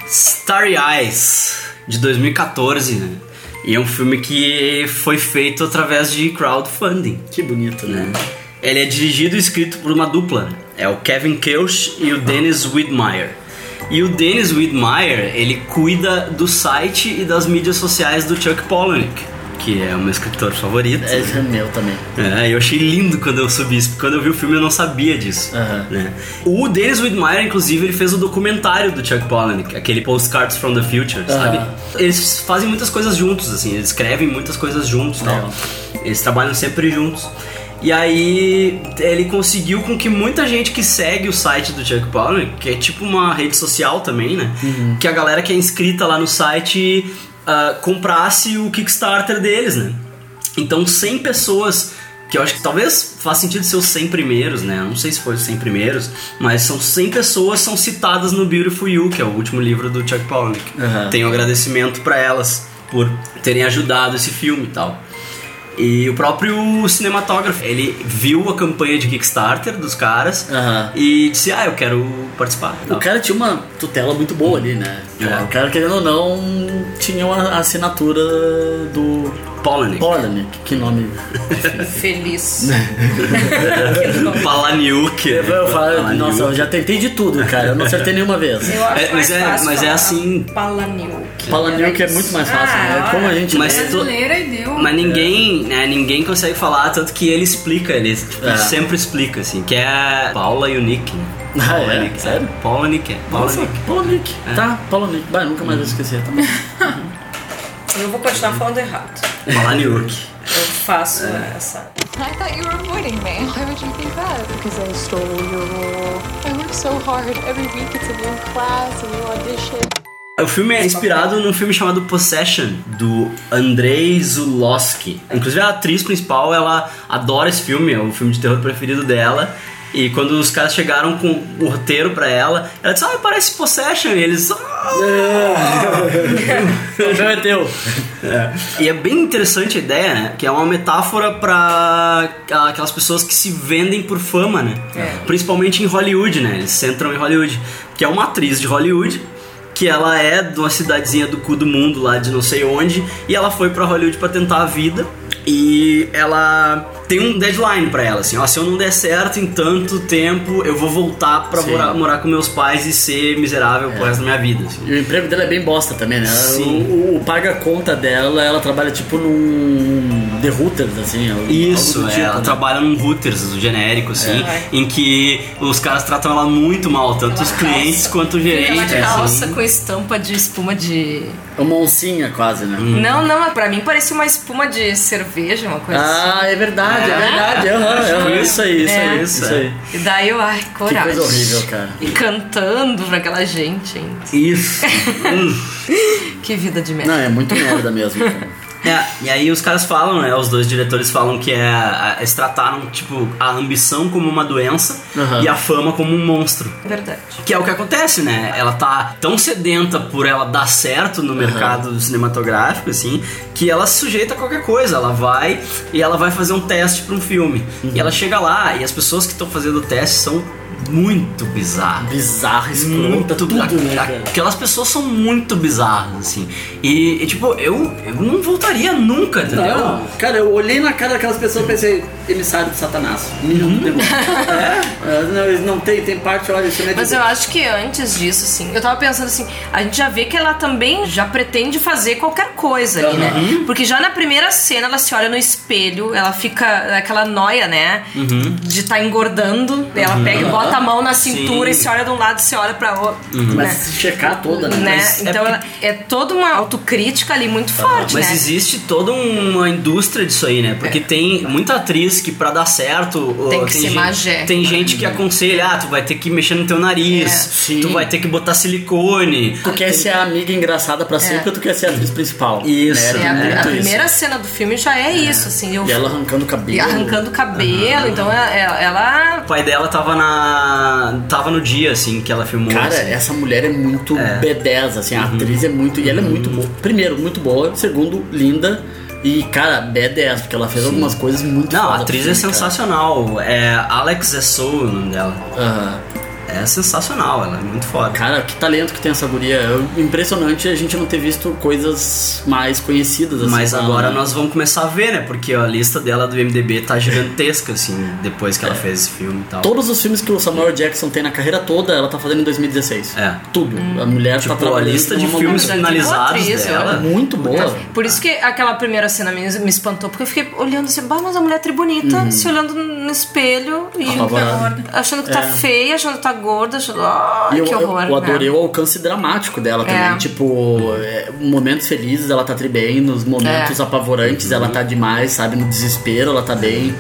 B: Starry Eyes, de 2014, né? E é um filme que foi feito através de crowdfunding.
C: Que bonito, né?
B: Ele é dirigido e escrito por uma dupla. É o Kevin Kelch e o Dennis Widmeyer. E o Dennis Widmeyer, ele cuida do site e das mídias sociais do Chuck Palahniuk, que é o meu escritor favorito. né?
C: É, esse é meu também.
B: É, eu achei lindo quando eu subi isso, porque quando eu vi o filme eu não sabia disso. né? O Dennis Widmeyer, inclusive, ele fez o documentário do Chuck Palahniuk, aquele Postcards from the Future, sabe?
C: Aham.
B: Eles fazem muitas coisas juntos, assim, eles escrevem muitas coisas juntos, e tal. Eles trabalham sempre juntos. E aí ele conseguiu com que muita gente que segue o site do Chuck Palahniuk, que é tipo uma rede social também, né? Que a galera que é inscrita lá no site ah, comprasse o Kickstarter deles, né? Então 100 pessoas, que eu acho que talvez faça sentido ser os 100 primeiros, né? Eu Não sei se foi os 100 primeiros, mas são 100 pessoas são citadas no Beautiful You, que é o último livro do Chuck Palahniuk.
C: Aham.
B: Tenho agradecimento pra elas por terem ajudado esse filme e tal. E o próprio cinematógrafo, ele viu a campanha de Kickstarter dos caras e disse: Ah, eu quero participar. e
C: O
B: tal.
C: cara tinha uma tutela muito boa ali, né?
B: É.
C: O cara, querendo ou não, tinha uma assinatura do.
B: Polanic.
C: Polanic, que nome.
D: Feliz.
B: Palaniuk. né?
C: Eu falo,
B: Palahniuk.
C: nossa, eu já tentei de tudo, cara. Eu não acertei nenhuma vez.
D: Eu acho
B: É, mas
D: mais
B: é-
D: fácil
B: mas é
D: falar
B: assim.
D: Palaniuk.
C: Palaniuk é muito mais fácil,
D: Ah,
C: né? Como a gente.
B: Mas
C: né?
B: tu-
E: Brasileira e deu. um
B: Mas ninguém, né, ninguém consegue falar, tanto que ele explica, ele tipo,
C: É.
B: sempre explica, assim, que é a Paula e o Nick. né?
C: Ah,
B: Paula
C: é?
B: e Nick, sério? Paula e Nick, é. Paula e
C: Nossa,
B: Nick.
C: Polonic. Tá,
B: É.
C: Polonic. Vai, nunca mais vou esquecer. Tá bom.
D: Eu vou continuar falando errado.
B: Paula Niuk.
D: Eu faço
B: É.
D: essa.
H: I thought you were avoiding me. Why would you think that? Because I stole your role. I work so hard. Every week it's a new class, a new audition.
B: O filme é inspirado num filme chamado Possession, do Andrei Zulowski. Inclusive a atriz principal, ela adora esse filme, é o filme de terror preferido dela. E quando os caras chegaram com o roteiro pra ela, ela disse, ah, parece Possession. E eles, "Ah,
C: O meu é teu.
B: E é bem interessante a ideia, né? Que é uma metáfora pra aquelas pessoas que se vendem por fama, né?
C: É.
B: Principalmente em Hollywood, né? Eles centram em Hollywood. Que é uma atriz de Hollywood, que ela é de uma cidadezinha do cu do mundo, lá de não sei onde, e ela foi pra Hollywood pra tentar a vida. E ela tem um deadline pra ela, assim, ó, se eu não der certo em tanto tempo, eu vou voltar pra
C: Sim.
B: morar, morar com meus pais e ser miserável pro resto da minha vida, assim.
C: E o emprego dela é bem bosta também, né? Ela-
B: Sim.
C: O, o paga-conta dela, ela trabalha tipo num. The Hooters, assim. algo-
B: Isso,
C: algo do
B: é,
C: tipo,
B: ela
C: né?
B: trabalha num Hooters genérico, assim,
D: É.
B: em que os caras tratam ela muito mal, tanto os clientes quanto o
D: Aquela
B: gerente.
D: calça
B: assim.
D: com estampa de espuma de.
C: Uma oncinha quase, né?
D: Não, não, é pra mim parecia uma espuma de cerveja, uma coisa assim.
C: Ah, é verdade, é,
D: É?
C: verdade. aham,
D: Acho
C: aham,
D: que-
C: isso aí, isso
D: É.
C: aí, isso aí.
D: E daí eu, ai,
C: Que
D: coragem.
C: coisa horrível, cara.
D: E cantando pra aquela gente, hein?
B: Isso.
D: que vida de merda.
C: merda mesmo.
B: É, e aí os caras falam, né? Os dois diretores falam que é, a- eles trataram, tipo, a ambição como uma doença
C: Aham.
B: e a fama como um monstro.
D: Verdade.
B: Que é o que acontece, né? Ela tá tão sedenta por ela dar certo no mercado cinematográfico, assim, que ela se sujeita a qualquer coisa. Ela vai e ela vai fazer um teste pra um filme.
C: Uhum.
B: E ela chega lá e as pessoas que estão fazendo o teste são muito bizarras.
C: Bizarras,
B: muito
C: tudo, né, cara?
B: Aquelas pessoas são muito bizarras, assim. E, e, tipo, eu, eu não voltaria nunca, entendeu?
C: Não, cara, eu olhei na cara daquelas pessoas e pensei, emissário de Satanás. É, não, eles não tem, tem parte, olha, isso não é de
D: Mas eu acho que antes disso, assim, eu tava pensando assim, a gente já vê que ela também já pretende fazer qualquer coisa ali, né?
S: Uhum.
D: Porque já na primeira cena ela se olha no espelho, ela fica aquela noia, né?
S: Uhum.
D: De estar engordando, ela
S: Uhum.
D: pega e bota a mão na cintura
S: Sim.
D: e se olha de um lado e se olha pra outro.
C: Uhum.
D: Né?
C: Mas se checar toda, né?
D: Né?
C: Mas é
D: Então ela- é, toda uma autocrítica ali muito forte,
B: Mas
D: né? É.
B: existe toda um, uma indústria disso aí, né? Porque tem muita atriz que pra dar certo...
D: Tem
B: ó,
D: que ser
B: gente-
D: magé. É.
B: Tem gente que aconselha, ah, tu vai ter que mexer no teu nariz, tu vai ter que botar silicone.
C: Tu quer ser a amiga engraçada pra sempre
D: É.
C: ou tu quer ser a atriz principal?
B: Isso,
D: É, a,
C: né?
D: a
C: Muito isso.
D: primeira cena do filme já é isso, assim. Eu,
C: E ela arrancando o cabelo.
D: e arrancando o cabelo, então ela- ela- ela
B: O pai dela tava na... tava no dia, assim, que ela filmou.
C: Cara,
B: assim.
C: essa mulher é muito
B: É. Uhum.
C: B10, assim, a atriz é muito. E ela é muito boa. Primeiro, muito boa. Segundo, linda. E, cara, B10, porque ela fez
B: Sim.
C: algumas coisas muito
B: Não,
C: foda
B: a atriz
C: pro
B: é
C: filme, cara.
B: sensacional. É Alex Essou o nome dela. É sensacional, ela é muito foda.
C: Cara, que talento que tem essa guria. É Impressionante a gente não ter visto coisas mais conhecidas assim.
B: Mas
C: com
B: agora
C: ela.
B: nós vamos começar a ver, né? Porque a lista dela do MDB tá gigantesca, assim, depois
C: É.
B: que ela fez esse filme e tal.
C: Todos os filmes que o Samuel Jackson tem na carreira toda, ela tá fazendo em 2016.
B: É.
C: Tudo. A mulher tá
B: Pô, Tipo, a
C: trabalhando.
B: lista de
C: como uma
B: filmes
C: mulher.
B: finalizados
D: atriz,
B: dela.
D: olha.
C: é Muito boa.
D: Por isso que aquela primeira cena me, me espantou, porque eu fiquei olhando assim, bah, mas a mulher é tri bonita,
C: Uhum.
D: se olhando no espelho e
C: Apavorada.
D: achando que tá
C: É.
D: feia, achando que tá gorda, achando. Ah,
C: E eu,
D: que
C: eu-
D: horror.
C: eu adorei
D: né?
C: o alcance dramático dela também.
D: É.
C: Tipo, é, momentos felizes ela tá tri bem, nos momentos
D: É.
C: apavorantes ela tá demais, sabe? No desespero ela tá bem.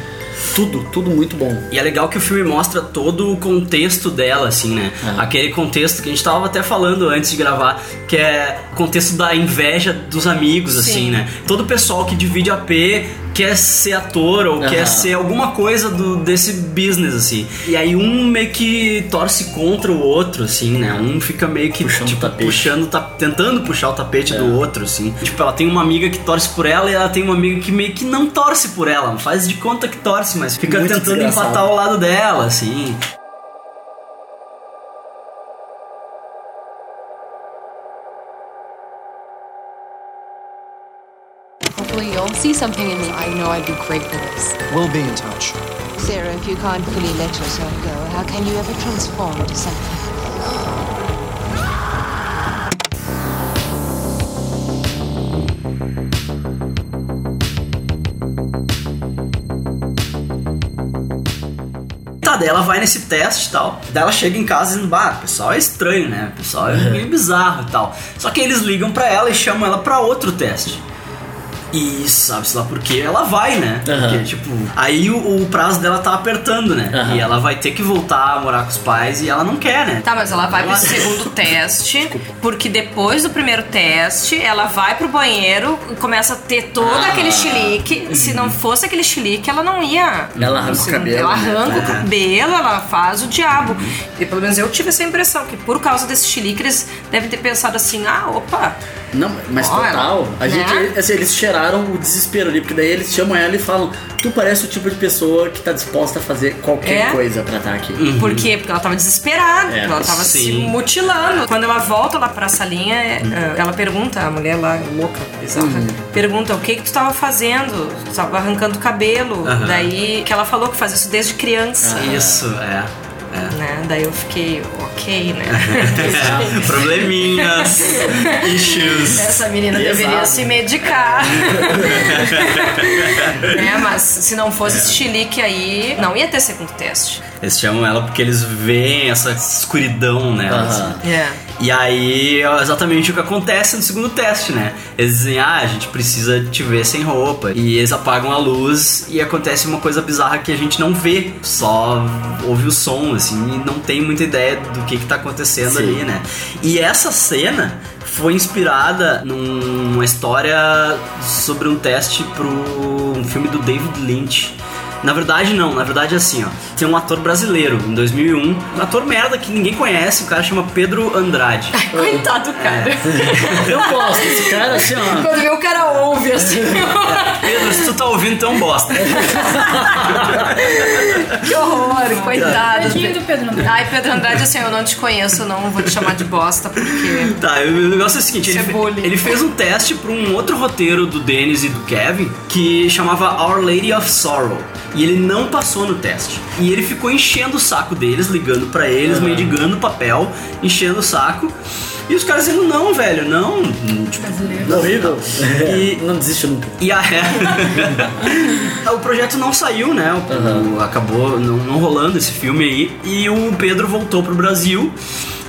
C: Tudo, tudo muito bom.
B: E é legal que o filme mostra todo o contexto dela, assim, né? Aquele contexto que a gente tava até falando antes de gravar, que é o contexto da inveja dos amigos,
C: Sim.
B: assim, né? Todo o pessoal que divide AP quer ser ator ou
C: Aham.
B: quer ser alguma coisa do, desse business, assim. E aí um meio que torce contra o outro, assim, né? Um fica meio que puxando, tipo, puxando ta- tentando puxar o tapete do outro, assim. Tipo, ela tem uma amiga que torce por ela e ela tem uma amiga que meio que não torce por ela, faz de conta que torce, mas fica
C: Muito
B: tentando
C: desgraçado.
B: empatar o lado dela, assim.
S: Hopefully you'll see something in me. I know I'd be great for this.
J: We'll be in touch.
S: Sarah, if you can't fully let yourself go, how can you ever transform into something?
B: Tá, daí ela vai nesse teste e tal. Daí ela chega em casa e diz, bah, o pessoal é estranho, né? O pessoal é meio bizarro e tal. Só que eles ligam pra ela e chamam ela pra outro teste. E sabe-se lá por quê, ela vai, né? Porque, tipo, aí o, o prazo dela tá apertando, né? E ela vai ter que voltar a morar com os pais e ela não quer, né?
D: Tá, mas ela vai pro segundo teste, porque depois do primeiro teste, ela vai pro banheiro, começa a ter todo
C: Ah.
D: aquele chilique. Se não fosse aquele chilique, ela não ia.
C: Ela arranca o cabelo,
D: Ela
C: né?
D: arranca
C: É.
D: o cabelo, ela faz o diabo. E pelo menos eu tive essa impressão, que por causa desse chilique, eles devem ter pensado assim: ah, opa.
C: Não, mas
T: Bora,
C: total. A
T: né?
C: gente, assim, eles cheiraram o desespero ali, porque daí eles chamam ela e falam: Tu parece o tipo de pessoa que tá disposta a fazer qualquer
D: É?
C: coisa pra estar aqui.
D: Por quê? Porque ela tava desesperada,
C: Uhum. É,
D: porque ela tava se
C: sim.
D: mutilando. Quando ela volta lá pra salinha, é, é, ela pergunta, a mulher lá, louca, bizarra,
C: Uhum.
D: pergunta o que que tu tava fazendo, tu tava arrancando o cabelo.
B: Aham.
D: Daí, que ela falou que faz isso desde criança.
B: Isso, é.
C: Ah.
B: é.
D: Né? Daí eu fiquei, ok, né?
B: Probleminhas, issues.
D: Essa menina
B: Exato.
D: deveria se medicar. né? Mas se não fosse
C: É.
D: esse chilique aí, não ia ter segundo teste.
B: Eles chamam ela porque eles veem essa escuridão nela. assim.
D: É.
B: E aí é exatamente o que acontece no segundo teste, né? Eles dizem, ah, a gente precisa te ver sem roupa. E eles apagam a luz e acontece uma coisa bizarra que a gente não vê, só ouve o som, assim, e não tem muita ideia do que, que tá acontecendo
C: Sim.
B: ali, né? E essa cena foi inspirada numa história sobre um teste pro um filme do David Lynch. Na verdade, não. Na verdade, é assim, ó. Tem um ator brasileiro, em 2001. Um ator merda que ninguém conhece. O cara chama Pedro Andrade.
D: Coitado, cara.
C: Eu gosto desse cara, assim, ó.
D: Quando vê o cara ouve assim.
B: Pedro, se tu tá ouvindo, tu é um bosta.
D: que horror, coitado.
E: Tadinho do Pedro Andrade.
D: Ai, Pedro Andrade, assim, eu não te conheço, não vou te chamar de bosta, porque.
B: Tá, o negócio é o seguinte, ele, fe- ele fez um teste para um outro roteiro do Dennis e do Kevin que chamava Our Lady of Sorrow. E ele não passou no teste. E ele ficou enchendo o saco deles, ligando pra eles, mendigando papel, enchendo o saco. E os caras dizendo, não, velho, não. Tipo,
C: Horrível. Não desiste nunca.
B: E a o projeto não saiu, né? O- o- Acabou não, não rolando esse filme aí. E o Pedro voltou pro Brasil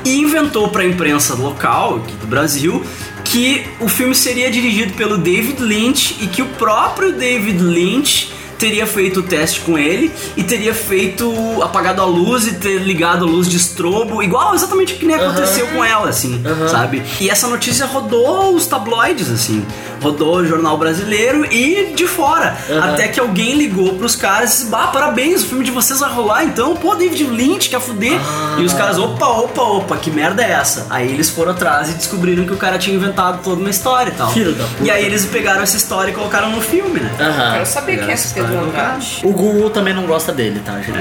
B: e inventou pra imprensa local aqui do Brasil que o filme seria dirigido pelo David Lynch e que o próprio David Lynch teria feito o teste com ele e teria feito apagado a luz e ter ligado a luz de estrobo, igual exatamente o que nem aconteceu com ela, assim, sabe? E essa notícia rodou os tabloides, assim, rodou o jornal brasileiro e de fora. Até que alguém ligou pros caras e disse: Bah, parabéns, o filme de vocês vai rolar então, pô, David Lynch quer fuder. E os
C: Ah.
B: caras, opa, opa, opa, que merda é essa? Aí eles foram atrás e descobriram que o cara tinha inventado toda uma história e tal.
C: Filho da puta.
B: E aí eles pegaram essa história e colocaram no filme, né?
C: Aham. Quero saber quem é esse Pedro O Google também não gosta dele, tá, gente?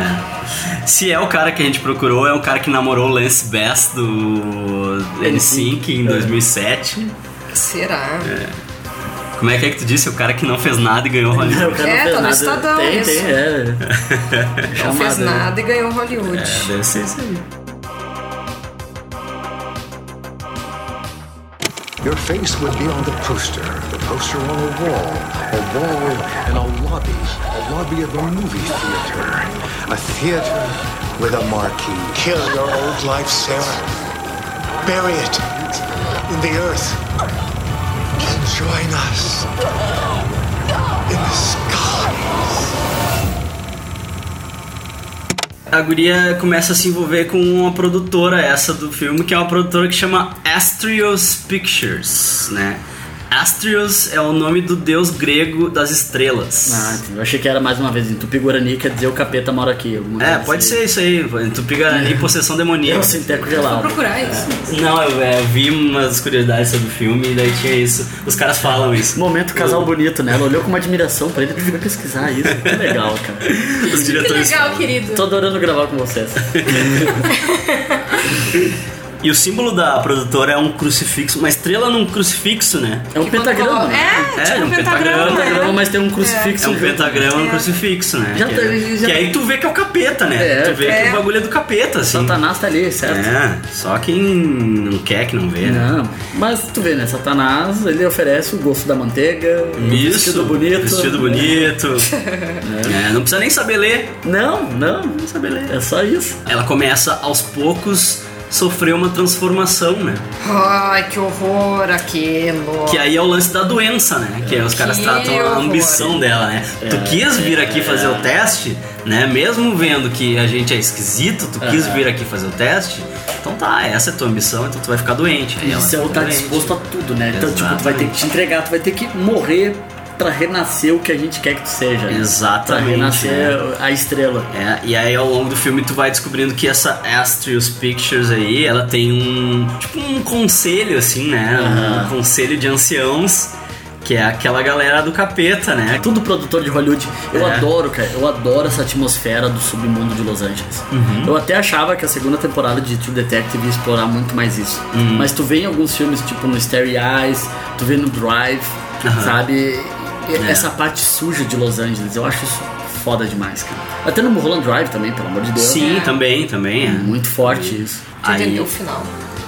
B: Se é o cara que a gente procurou, é o cara que namorou o Lance Bass do NSYNC em 2007.
D: Será?
B: Como é que é que tu disse? O cara que não fez nada e ganhou Hollywood.
D: É, tá no Estadão,
C: Tem,
D: isso.
C: tem, é.
D: Não fez
C: Chamada, né?
D: nada e ganhou Hollywood.
B: É, deve ser isso aí.
J: Your face would be on the poster, the poster on a wall, a wall in a lobby, a lobby of a movie theater, a theater with a marquee. Kill your old life, Sarah. Bury it in the earth. And join us in the skies.
B: A guria começa a se envolver com uma produtora essa do filme, que é uma produtora que chama Astrios Pictures, né? Astrios é o nome do deus grego das estrelas.
C: Ah, entendi. eu achei que era mais uma vez em Tupi Guarani, quer dizer o capeta mora aqui. alguma
B: É,
C: coisa
B: pode
C: assim.
B: ser isso aí, Tupi Guarani, possessão demoníaca.
C: É o Sinteco gelado. Vou
E: Procurar isso.
B: Não, eu, é, eu vi umas curiosidades sobre o filme e daí tinha isso. Os caras falam isso.
C: Momento casal bonito, né? Ela olhou com uma admiração pra ele, foi pesquisar isso. Que legal, cara.
B: Os
E: Que
B: diretores.
E: legal, querido.
C: Tô adorando gravar com vocês. É
B: E o símbolo da produtora é um crucifixo, uma estrela num crucifixo, né?
C: É um pentagrama. né?
D: É, tipo um
C: É um
D: pentagrama.
C: pentagrama, mas tem um
B: É
C: crucifixo.
B: um
C: junto.
B: pentagrama e um crucifixo, né?
C: É. Já
B: que,
C: teve- já- tá-
B: que aí tu vê que é o capeta, né?
C: É.
B: tu vê
C: É.
B: que o bagulho é do capeta, assim.
C: Satanás tá ali, certo?
B: É, só quem não quer que não vê, né?
C: Não, mas tu vê, né? Satanás, ele oferece o gosto da manteiga, o
B: Isso, um
C: vestido bonito.
B: Vestido bonito. É, não precisa nem saber ler.
C: Não, não, não sabe ler. É só isso.
B: Ela começa aos poucos sofrer uma transformação, né?
D: Ai, que horror aquilo.
B: Que aí é o lance da doença, né? Que aí os caras
D: Que
B: tratam a
D: horror.
B: ambição dela, né?
C: É,
B: Tu quis vir aqui fazer o teste, né? Mesmo vendo que a gente é esquisito, tu quis vir aqui fazer o teste. Então tá, essa é tua ambição, então tu vai ficar doente. Aí
C: E
B: ela
C: o céu
B: fica
C: tá
B: doente.
C: disposto a tudo, né? Então, tipo, tu vai ter que
B: Exatamente.
C: te entregar, tu vai ter que morrer pra renascer o que a gente quer que tu seja. né?
B: Exatamente,
C: Pra renascer
B: né?
C: a estrela.
B: É, e aí ao longo do filme tu vai descobrindo que essa Astrius Pictures aí, ela tem um tipo um conselho assim, né? Um conselho de anciãos, que é aquela galera do capeta, né?
C: É Tudo produtor de Hollywood. Eu
B: É.
C: adoro, cara. Eu adoro essa atmosfera do submundo de Los Angeles.
B: Uhum.
C: Eu até achava que a segunda temporada de True Detective ia explorar muito mais isso.
B: Uhum.
C: Mas tu vê em alguns filmes, tipo no Starry Eyes, tu vê no Drive,
B: Aham.
C: sabe? E-
B: É.
C: Essa parte suja de Los Angeles, eu acho isso foda demais, cara. Até no Mulholland Drive também, pelo amor de Deus.
B: Sim, também, também. É.
C: Muito forte isso.
D: Tu entendeu o final?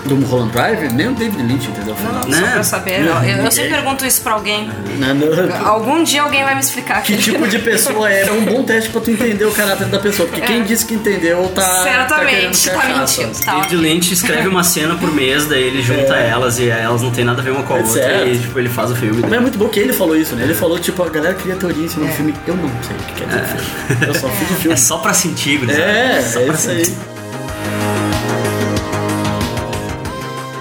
C: Do Mulholland Drive? Nem o David Lynch entendeu o final.
D: Não, só pra saber.
C: Não,
D: eu, eu
C: ninguém.
D: sempre pergunto isso pra alguém.
C: Não, não.
D: Algum dia alguém vai me explicar.
C: É. Que tipo de pessoa é? É um bom teste pra tu entender o caráter da pessoa. Porque quem disse que entendeu tá.
D: É.
C: tá,
D: Certamente, tá
C: querendo se achar,
D: mentindo.
C: sabe?
D: Tá
B: David Lynch escreve uma cena por mês, daí ele junta elas e elas não tem nada a ver uma com a
C: É
B: outra
C: certo.
B: e tipo, ele faz o filme.
C: Mas é muito bom que ele falou isso, né? Ele falou, tipo, a galera cria teoria em
D: É.
C: cima do filme. Eu não sei o que quer dizer o filme. Eu só fiz o filme.
B: É só pra sentir, gurizada.
C: É,
B: só
C: é
B: pra
C: isso aí.
B: sentir.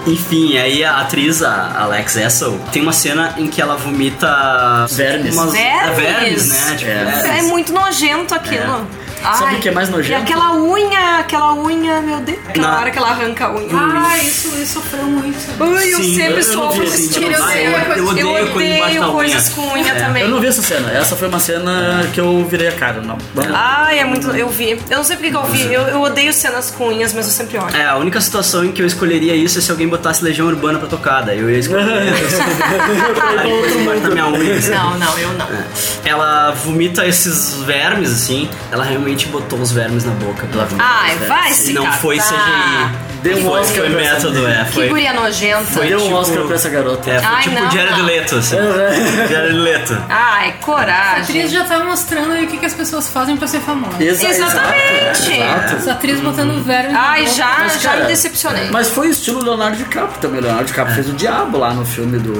B: Enfim, aí a atriz, a Alex Essel, tem uma cena em que ela vomita
C: Vermes.
B: umas- é,
D: Vermes.
B: vermes, né? Tipo,
D: É muito nojento aquilo.
B: Sabe
D: Ai,
B: o que é mais nojento?
D: E aquela unha, aquela unha, meu Deus. Aquela
B: Na-
D: hora que ela arranca a unha.
E: Ah, isso, isso sofreu muito.
D: Ai, eu
C: Sim,
D: sempre
C: eu- eu não
D: sofro
C: vi
D: desse
C: esse
D: tipo de
C: tipo de
D: cena.
C: cena. Eu odeio quando embaixo da unha.
D: coisas com unha também.
C: Eu não vi essa cena. Essa foi uma cena que eu virei a cara. Não. Vamos lá.
D: Ai, é muito. Eu vi. Eu não sei porque que eu vi. Eu, eu odeio cenas com unhas, mas eu sempre olho.
B: É, a única situação em que eu escolheria isso é se alguém botasse Legião Urbana pra tocar, daí eu ia escolher. Aí depois embaixo da minha unha, assim.
D: Não, não, eu não.
B: Ela vomita esses vermes, assim. Ela realmente botou os vermes na boca pela vomitar.
D: Ai,
B: os vermes.
D: vai se
B: E Não
D: catar.
B: foi CGI.
C: Deu um
B: foi,
C: Oscar
B: foi
C: pra essa
B: método,
C: menina.
B: é.
C: Que
B: Foi,
D: Guria nojenta.
B: foi
C: Deu um
B: tipo-
C: Oscar pra essa garota.
B: É, foi
D: Ai,
B: tipo
D: não,
B: Jared
D: não.
B: Leto, assim.
C: É.
B: Jared Leto.
D: Ai,
E: Essa
D: coragem.
E: atriz já tá mostrando aí o que, que as pessoas fazem pra ser famosa.
C: Exa-
D: Exatamente.
C: exato, exato.
E: Essa atriz botando verme. na
D: Ai,
E: boca.
D: já,
C: Mas,
D: já
C: cara,
D: me decepcionei.
C: Mas foi o estilo Leonardo DiCaprio também. Leonardo
B: É.
C: DiCaprio fez o diabo lá no filme do.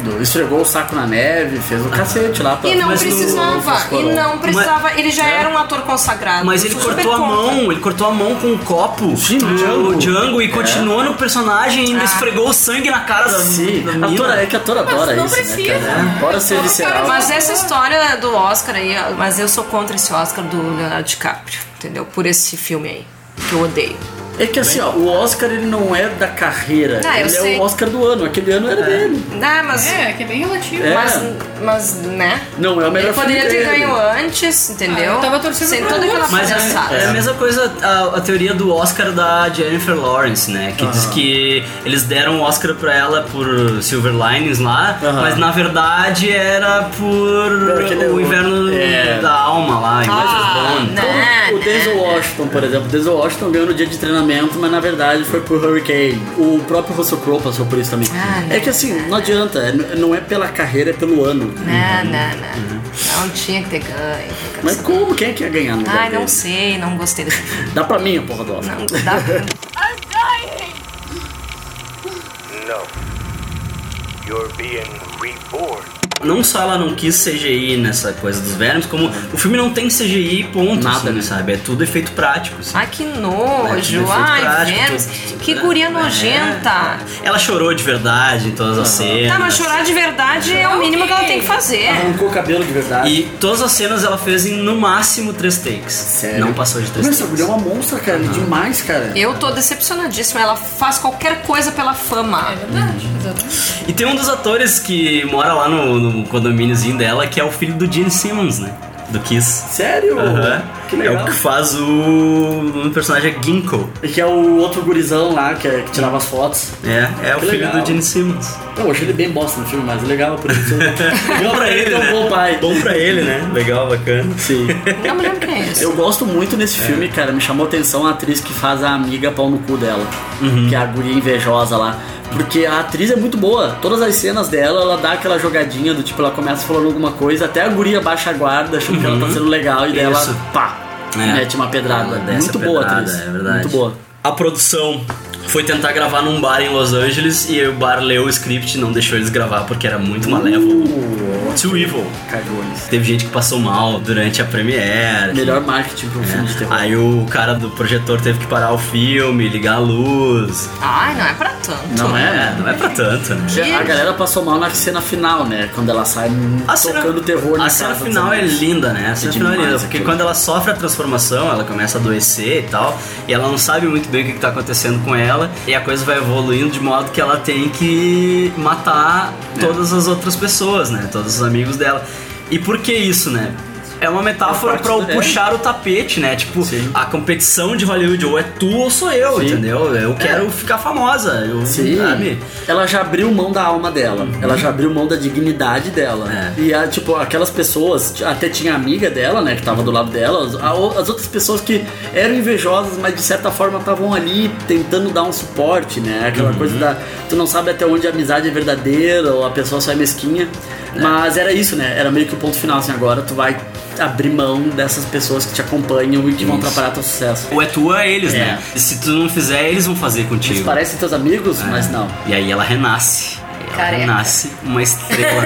C: do esfregou o saco na neve, fez o cacete lá pra
D: E não
C: Tá, mas no-
D: precisava.
C: no-
D: e não precisava. ele já
B: É.
D: era um ator consagrado.
B: Mas
D: eu
B: ele
D: sou super
B: cortou a
D: contra.
B: mão, ele cortou a mão com um copo Sim,
C: Django. É.
B: o Django e continuou no personagem e ainda
D: Ah.
B: esfregou o sangue na cara da,
C: Sim,
B: da
C: a
B: menina.
C: Tora, é que a Tora adora isso, né, cara? Adora ser visceral.
D: Mas essa história do Oscar aí, mas eu sou contra esse Oscar do Leonardo DiCaprio, entendeu? Por esse filme aí, que eu odeio.
C: É que assim, ó, o Oscar ele não é da carreira,
D: Ah, eu
C: ele é
D: sei.
C: o Oscar do ano, aquele ano era dele.
D: Ah, mas,
E: É, que é bem relativo.
C: É.
D: mas, mas, né?
C: Não, é o melhor
D: Ele poderia
C: filme
D: ter
C: dele.
D: ganho antes, entendeu?
E: Ah, eu tava torcendo
D: Sem
E: pra
D: toda aquela
E: outro.
B: Mas
D: palhaçada.
B: é, é a mesma coisa a, a teoria do Oscar da Jennifer Lawrence, né? Que diz que eles deram o Oscar pra ela por Silver Linings lá, mas na verdade era por o
C: aquele é o-
B: inverno
C: é.
B: da alma lá, em
D: Ah,
B: Nature's Bone.
D: né,
C: então. O Denzel Washington, por exemplo, o Denzel Washington ganhou no dia de treinamento, mas na verdade foi por Hurricane. O próprio Russell Crowe passou por isso também.
D: Ah,
C: é que assim, não adianta, é- não é pela carreira, é pelo ano.
D: Não, não, não. Né, Não tinha que ter ganho. assim.
C: Mas como? Quem é que ia ganhar no lugar
D: Ai, não
C: dele?
D: sei, não gostei desse filme.
C: Dá pra mim a porra do Oscar.
D: Não, dá
L: I'm dying!
K: No. You're being reborn.
B: Não só ela não quis CGI nessa coisa dos vermes, como o filme não tem CGI ponto,
C: Nada,
B: assim,
C: né?
B: sabe? É tudo efeito prático, assim.
D: Ai, que nojo.
B: Efeito
D: Ah, Ai,
B: prático,
D: Vênus.
B: tudo- né? É.
D: Que guria nojenta.
B: Ela chorou de verdade em todas as cenas.
D: Tá, mas chorar de verdade é o mínimo que ela tem que fazer.
C: Arrancou o cabelo de verdade.
B: E todas as cenas ela fez em no máximo três takes.
C: Sério?
B: Não passou de três
C: Mas essa
B: takes.
C: mulher é uma monstra, cara. ela é Demais, cara.
D: Eu tô decepcionadíssima. Ela faz qualquer coisa pela fama.
E: É Verdade, exatamente.
B: E tem um dos atores que mora lá no, no condomíniozinho dela, que é o filho do Gene Simmons, né? Do Kiss.
C: Sério?
B: Aham.
C: Que
B: É
C: legal.
B: o que faz o. O nome do personagem é Ginkgo.
C: E Que é o outro gurizão lá que, é- que tirava as fotos.
B: É, é o
C: Que
B: filho
C: legal.
B: do Gene Simmons.
C: Eu achei ele é bem bosta no filme, mas legal por isso.
B: Bom
C: legal
B: pra ele,
C: é um
B: né?
C: bom pai.
B: Bom pra ele, né? Legal, bacana.
C: Sim.
D: Não me lembro quem é isso.
C: Eu gosto muito nesse
B: É.
C: filme, cara. Me chamou a atenção a atriz que faz a amiga pau no cu dela.
B: Uhum.
C: Que é a guria invejosa lá. Porque a atriz é muito boa. Todas as cenas dela, ela dá aquela jogadinha do tipo, ela começa falando alguma coisa, até a guria baixa a guarda, achando que ela tá sendo legal, e daí
B: Uhum. Isso.
C: ela, pá,
B: É.
C: mete uma pedrada.
B: Ela desce
C: muito
B: a
C: boa
B: é
C: a
B: pedrada,
C: atriz.
B: é verdade.
C: Muito boa.
B: A produção. foi tentar gravar num bar em Los Angeles e aí o bar leu o script e não deixou eles gravar porque era muito malévolo.
C: Uh,
B: Too evil. Cagões. Teve gente que passou mal durante a premiere. né?
C: Melhor marketing pra um filme de terror.
B: Aí o cara do projetor teve que parar o filme, ligar a luz.
D: Ai, não é pra tanto.
B: Não é, não é pra tanto, né?
C: Que A galera passou mal na cena final, né? Quando ela sai tocando terror na
B: A cena
C: casa dos
B: final é
C: amigos.
B: linda, né? A cena final é
C: demais
B: linda, porque
C: aquilo.
B: quando ela sofre a transformação, ela começa a adoecer e tal, e ela não sabe muito bem o que, que tá acontecendo com ela, e a coisa vai evoluindo de modo que ela tem que matar
C: É.
B: todas as outras pessoas, né? Todos os amigos dela. E por que isso, né? É uma metáfora pra o puxar o tapete, né? Tipo, a competição de Hollywood, ou é tu ou sou eu, entendeu? Eu quero ficar famosa, eu,
C: É. Sim.
B: sabe?
C: Ela já abriu mão da alma dela.
B: Uhum.
C: Ela já abriu mão da dignidade dela.
B: É.
C: E, a, tipo, aquelas pessoas... t- Até tinha a amiga dela, né? Que tava do lado dela. As, a o- as outras pessoas que eram invejosas, mas de certa forma estavam ali tentando dar um suporte, né? Aquela
B: Uhum.
C: coisa da... Tu não sabe até onde a amizade é verdadeira ou a pessoa só é mesquinha. Mas era isso, né? Era meio que o ponto final, assim. Agora tu vai abrir mão dessas pessoas que te acompanham e que vão
B: Isso.
C: atrapalhar teu sucesso.
B: Ou é tu ou é eles, né? E se tu não fizer, eles vão fazer contigo.
C: Eles parecem teus
B: É.
C: amigos, mas não.
B: E aí ela renasce. Ela
C: Careca.
B: renasce uma estrela.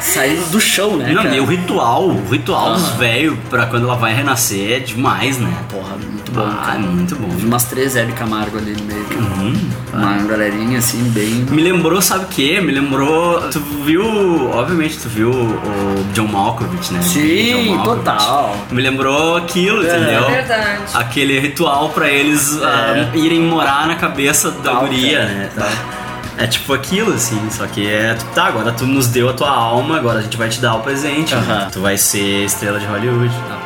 C: Saindo do chão, né?
B: Não,
C: cara?
B: e o ritual, o ritual dos
C: Aham.
B: velhos pra quando ela vai renascer é demais, né?
C: Porra, muito
B: bom. Ah, muito bom.
C: Vi umas três Hebe Camargo ali no meio. cara.
B: Uhum.
C: Uma galerinha assim, bem.
B: Me lembrou, sabe o que? Me lembrou. Tu viu. Obviamente, tu viu o John Malkovich, né?
C: Sim,
B: John Malkovich.
C: total.
B: Me lembrou aquilo, entendeu?
D: É verdade.
B: Aquele ritual pra eles ah, irem morar na cabeça da guria, né? É tipo aquilo, assim, só que é. tu- Tá, agora tu nos deu a tua alma, agora a gente vai te dar o presente. né? Tu vai ser estrela de Hollywood e tal.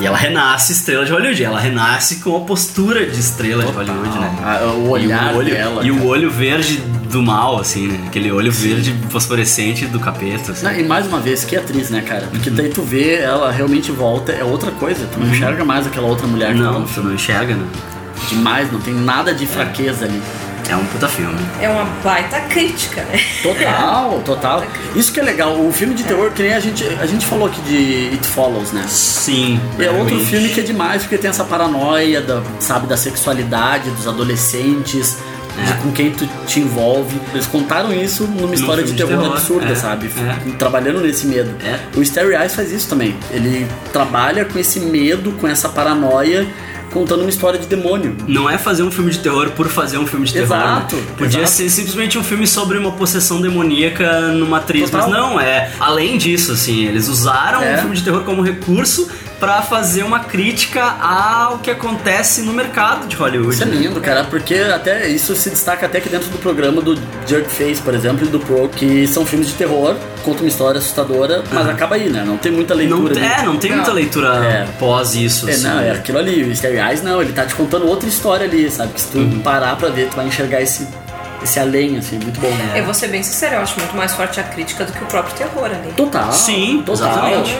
B: E ela renasce estrela de Hollywood, ela renasce com a postura de estrela de Hollywood, né?
C: Ah, o olhar
B: e o olho,
C: dela,
B: E o
C: cara.
B: olho verde do mal, assim, né? Aquele olho verde fosforescente do capeta, assim.
C: Não, e mais uma vez, que atriz, né, cara? Porque daí tu vê, ela realmente volta, é outra coisa. Tu não
B: Uhum.
C: enxerga mais aquela outra mulher.
B: Não, tu não enxerga, né?
C: Demais, não tem nada de fraqueza ali.
B: É um puta filme.
D: É uma baita crítica, né?
C: Total, total. Isso que é legal. O filme de terror, que nem a gente, a gente falou aqui de It Follows, né?
B: Sim.
C: É outro
B: realmente.
C: filme que é demais, porque tem essa paranoia, da, sabe, da sexualidade, dos adolescentes, de
B: É.
C: com quem tu te envolve. Eles contaram isso numa história de
B: filme de
C: terror,
B: terror,
C: absurda,
B: é,
C: sabe? Trabalhando nesse medo. O Starry Eyes faz isso também. Ele trabalha com esse medo, com essa paranoia, contando uma história de demônio.
B: Não é fazer um filme de terror por fazer um filme de terror.
C: Exato,
B: né? Podia
C: exato.
B: ser simplesmente um filme sobre uma possessão demoníaca numa atriz, mas
C: Total.
B: não, é. Além disso, assim, eles usaram
C: É.
B: o filme de terror como recurso pra fazer uma crítica ao que acontece no mercado de Hollywood.
C: Isso é
B: né?
C: lindo, cara, porque até isso se destaca até que dentro do programa do Jerk Face, por exemplo, e do Pro, que são filmes de terror, conta uma história assustadora, mas acaba aí, né? Não tem muita leitura.
B: Não, é,
C: ali.
B: não tem muita leitura
C: É.
B: pós isso.
C: É,
B: assim,
C: não, é
B: né?
C: aquilo ali. O Scary Eyes não, ele tá te contando outra história ali, sabe? Que se tu
B: Uhum.
C: parar pra ver, tu vai enxergar esse, esse além, assim, muito bom, né?
D: Eu vou ser bem sincera, eu acho muito mais forte a crítica do que o próprio terror ali.
C: Total.
B: assim.
C: Sim, total.
D: exatamente,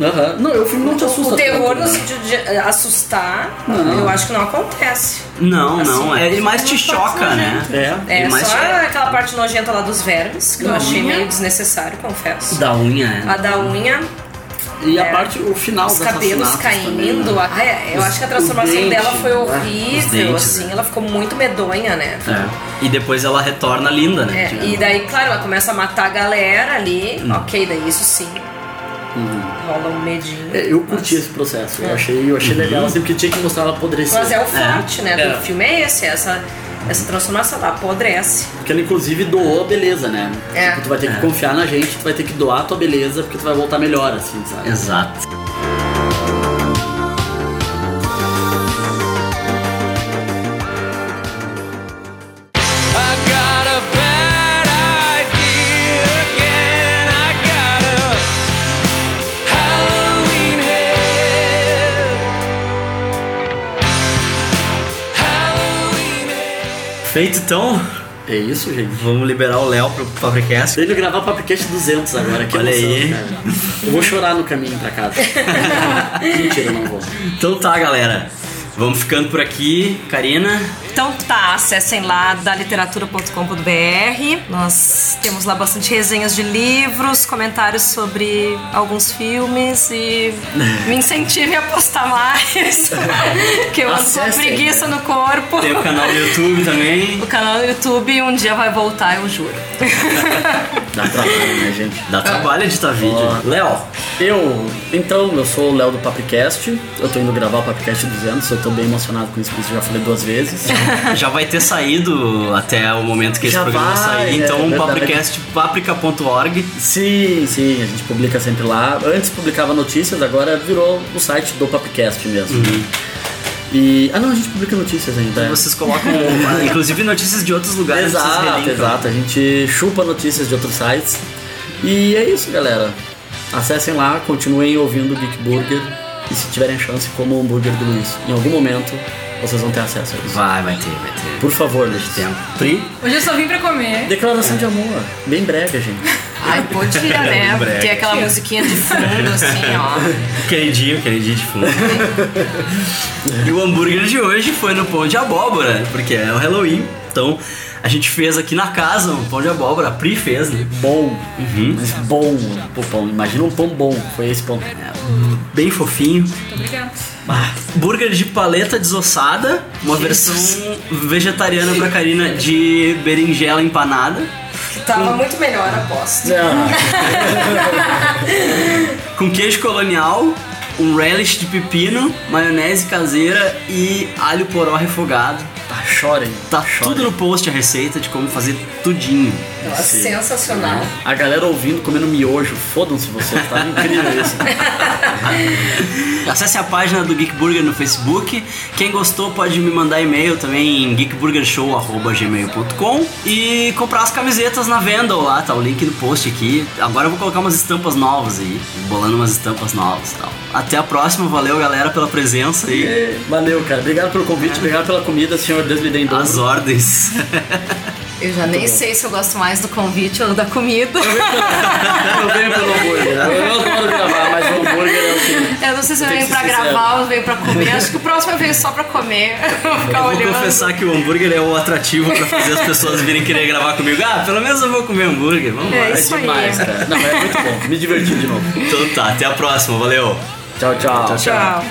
B: É.
C: Aham. Não, o filme não te assusta.
D: O terror
C: tanto,
D: no
C: né?
D: sentido de eh, assustar,
C: Não.
D: eu acho que não acontece.
B: Não, não,
D: Assim,
B: é, ele mais te
D: não faz
B: choca, né?
D: nojento. É,
B: Ele mais
D: só
B: choca.
D: aquela parte nojenta lá dos vermes, que eu
C: Da
D: achei
C: unha.
D: meio desnecessário, confesso.
B: Da unha, né?
D: A da unha.
C: E a
D: é,
C: parte, o final
D: Os
C: dos
D: cabelos
C: Ah, assassinatos
D: caindo.
C: também, né?
D: ai, eu
C: Os-
D: acho que a
C: o
D: transformação
C: dente,
D: dela foi
C: né?
D: horrível,
B: Os dentes,
D: assim. Ela ficou muito medonha, né?
B: É. E depois ela retorna linda, né?
D: É, e daí, claro, ela começa a matar a galera ali.
B: Hum.
D: Ok, daí isso sim. Rola um medinho.
C: Hum. É, Eu curti esse processo. Eu achei, eu achei
B: Uhum.
C: legal, assim, porque tinha que mostrar ela apodrecer.
D: É. Mas é o forte, né,
C: É.
D: do filme é esse, essa, essa transformação, ela apodrece.
C: Porque ela, inclusive, doou a beleza, né?
D: É.
C: Tipo, tu vai ter que confiar na gente, tu vai ter que doar a tua beleza, porque tu vai voltar melhor, assim, sabe?
B: Exato.
A: I got a bad idea again. I got a Halloween head. Halloween
B: Feito então.
C: É isso, gente.
B: Vamos liberar o Léo pro Papricast.
C: Ele gravar Papricast 200 agora, que
B: Olha
C: emoção,
B: aí.
C: cara. Eu vou chorar no caminho pra casa. Mentira, eu não vou.
B: Então tá, galera. Vamos ficando por aqui, Karina.
D: Então tá, acessem lá daliteratura.com.br. Nós temos lá bastante resenhas de livros, comentários sobre alguns filmes e me incentive a postar mais, que eu ando com
B: Acessem.
D: preguiça no corpo.
B: Tem o canal do YouTube também.
D: O canal do YouTube um dia vai voltar, eu juro.
C: Dá trabalho, né, gente?
B: Dá trabalho editar vídeo.
C: Léo. Eu, então, eu sou o Léo do Papcast. Eu tô indo gravar o Papcast 200. Eu tô bem emocionado com isso, porque isso eu já falei duas vezes.
B: Já vai ter saído até o momento que esse
C: Já
B: programa
C: vai,
B: sair.
C: é
B: Então,
C: verdade.
B: podcast paprika.org.
C: Sim, sim, a gente publica sempre lá. Antes publicava notícias, agora virou o site do Papcast mesmo. E. Ah não, a gente publica notícias ainda. é.
B: Vocês colocam, ah, inclusive, notícias de outros lugares. vocês
C: Exato,
B: relinkam.
C: exato. A gente chupa notícias de outros sites. E é isso, galera. Acessem lá, continuem ouvindo o Geek Burger. E se tiverem chance, comam o hambúrguer do Luiz. Em algum momento, vocês vão ter acesso a isso.
B: Vai, vai ter, vai ter.
C: Por favor, Luiz. Tempo. Pri?
E: Hoje eu só vim pra comer.
B: É.
C: Declaração de amor. Bem breve, gente.
D: Ai, podia,
B: Em
D: né?
B: breve.
D: Tem aquela musiquinha de fundo, assim, ó.
B: Queridinho, queridinho de fundo. e o hambúrguer de hoje foi no pão de abóbora, porque é o Halloween. Então a gente fez aqui na casa um pão de abóbora, a Pri fez, né?
C: Bom. Mas bom o pão. Imagina um pão bom. Foi esse pão.
B: Bem fofinho.
E: Muito obrigada.
B: Ah, Burger de paleta desossada, uma versão vegetariana pra Karina de berinjela empanada,
D: Tava muito melhor, aposto.
B: Ah. com queijo colonial, um relish de pepino, maionese caseira e alho poró refogado.
C: Tá, chorem.
B: Tá tudo no post a receita de como fazer tudinho.
D: Nossa, sensacional.
C: A galera ouvindo, comendo miojo. Fodam-se vocês. Tá incrível isso.
B: Acesse a página do Geek Burger no Facebook. Quem gostou pode me mandar e-mail também em geekburgershow.gmail.com e comprar as camisetas na venda lá, tá o link no post aqui. Agora eu vou colocar umas estampas novas aí, bolando umas estampas novas e tal. Até a próxima, valeu galera pela presença e
C: Valeu, cara. Obrigado pelo convite. Obrigado pela comida. Senhor Deus me dê em dobro.
B: as ordens.
D: Eu já nem
C: bom.
D: sei se eu gosto mais do convite ou da comida.
C: Eu venho pelo hambúrguer. Eu adoro gravar, mas o hambúrguer é o que.
D: Eu não sei se eu
C: Tem que
D: venho
C: ser
D: pra
C: sincero.
D: gravar ou venho pra comer. Acho que o próximo eu venho só pra comer. Vou
B: Eu
D: ficar
B: vou
D: olhando.
B: confessar que o hambúrguer é o atrativo pra fazer as pessoas virem querer gravar comigo. Ah, pelo menos eu vou comer hambúrguer, vamos
D: É
B: lá.
D: isso aí.
C: demais, cara. Não, é muito bom. Me diverti de novo.
B: Então tá, até a próxima, valeu.
C: Tchau, tchau.
D: Tchau.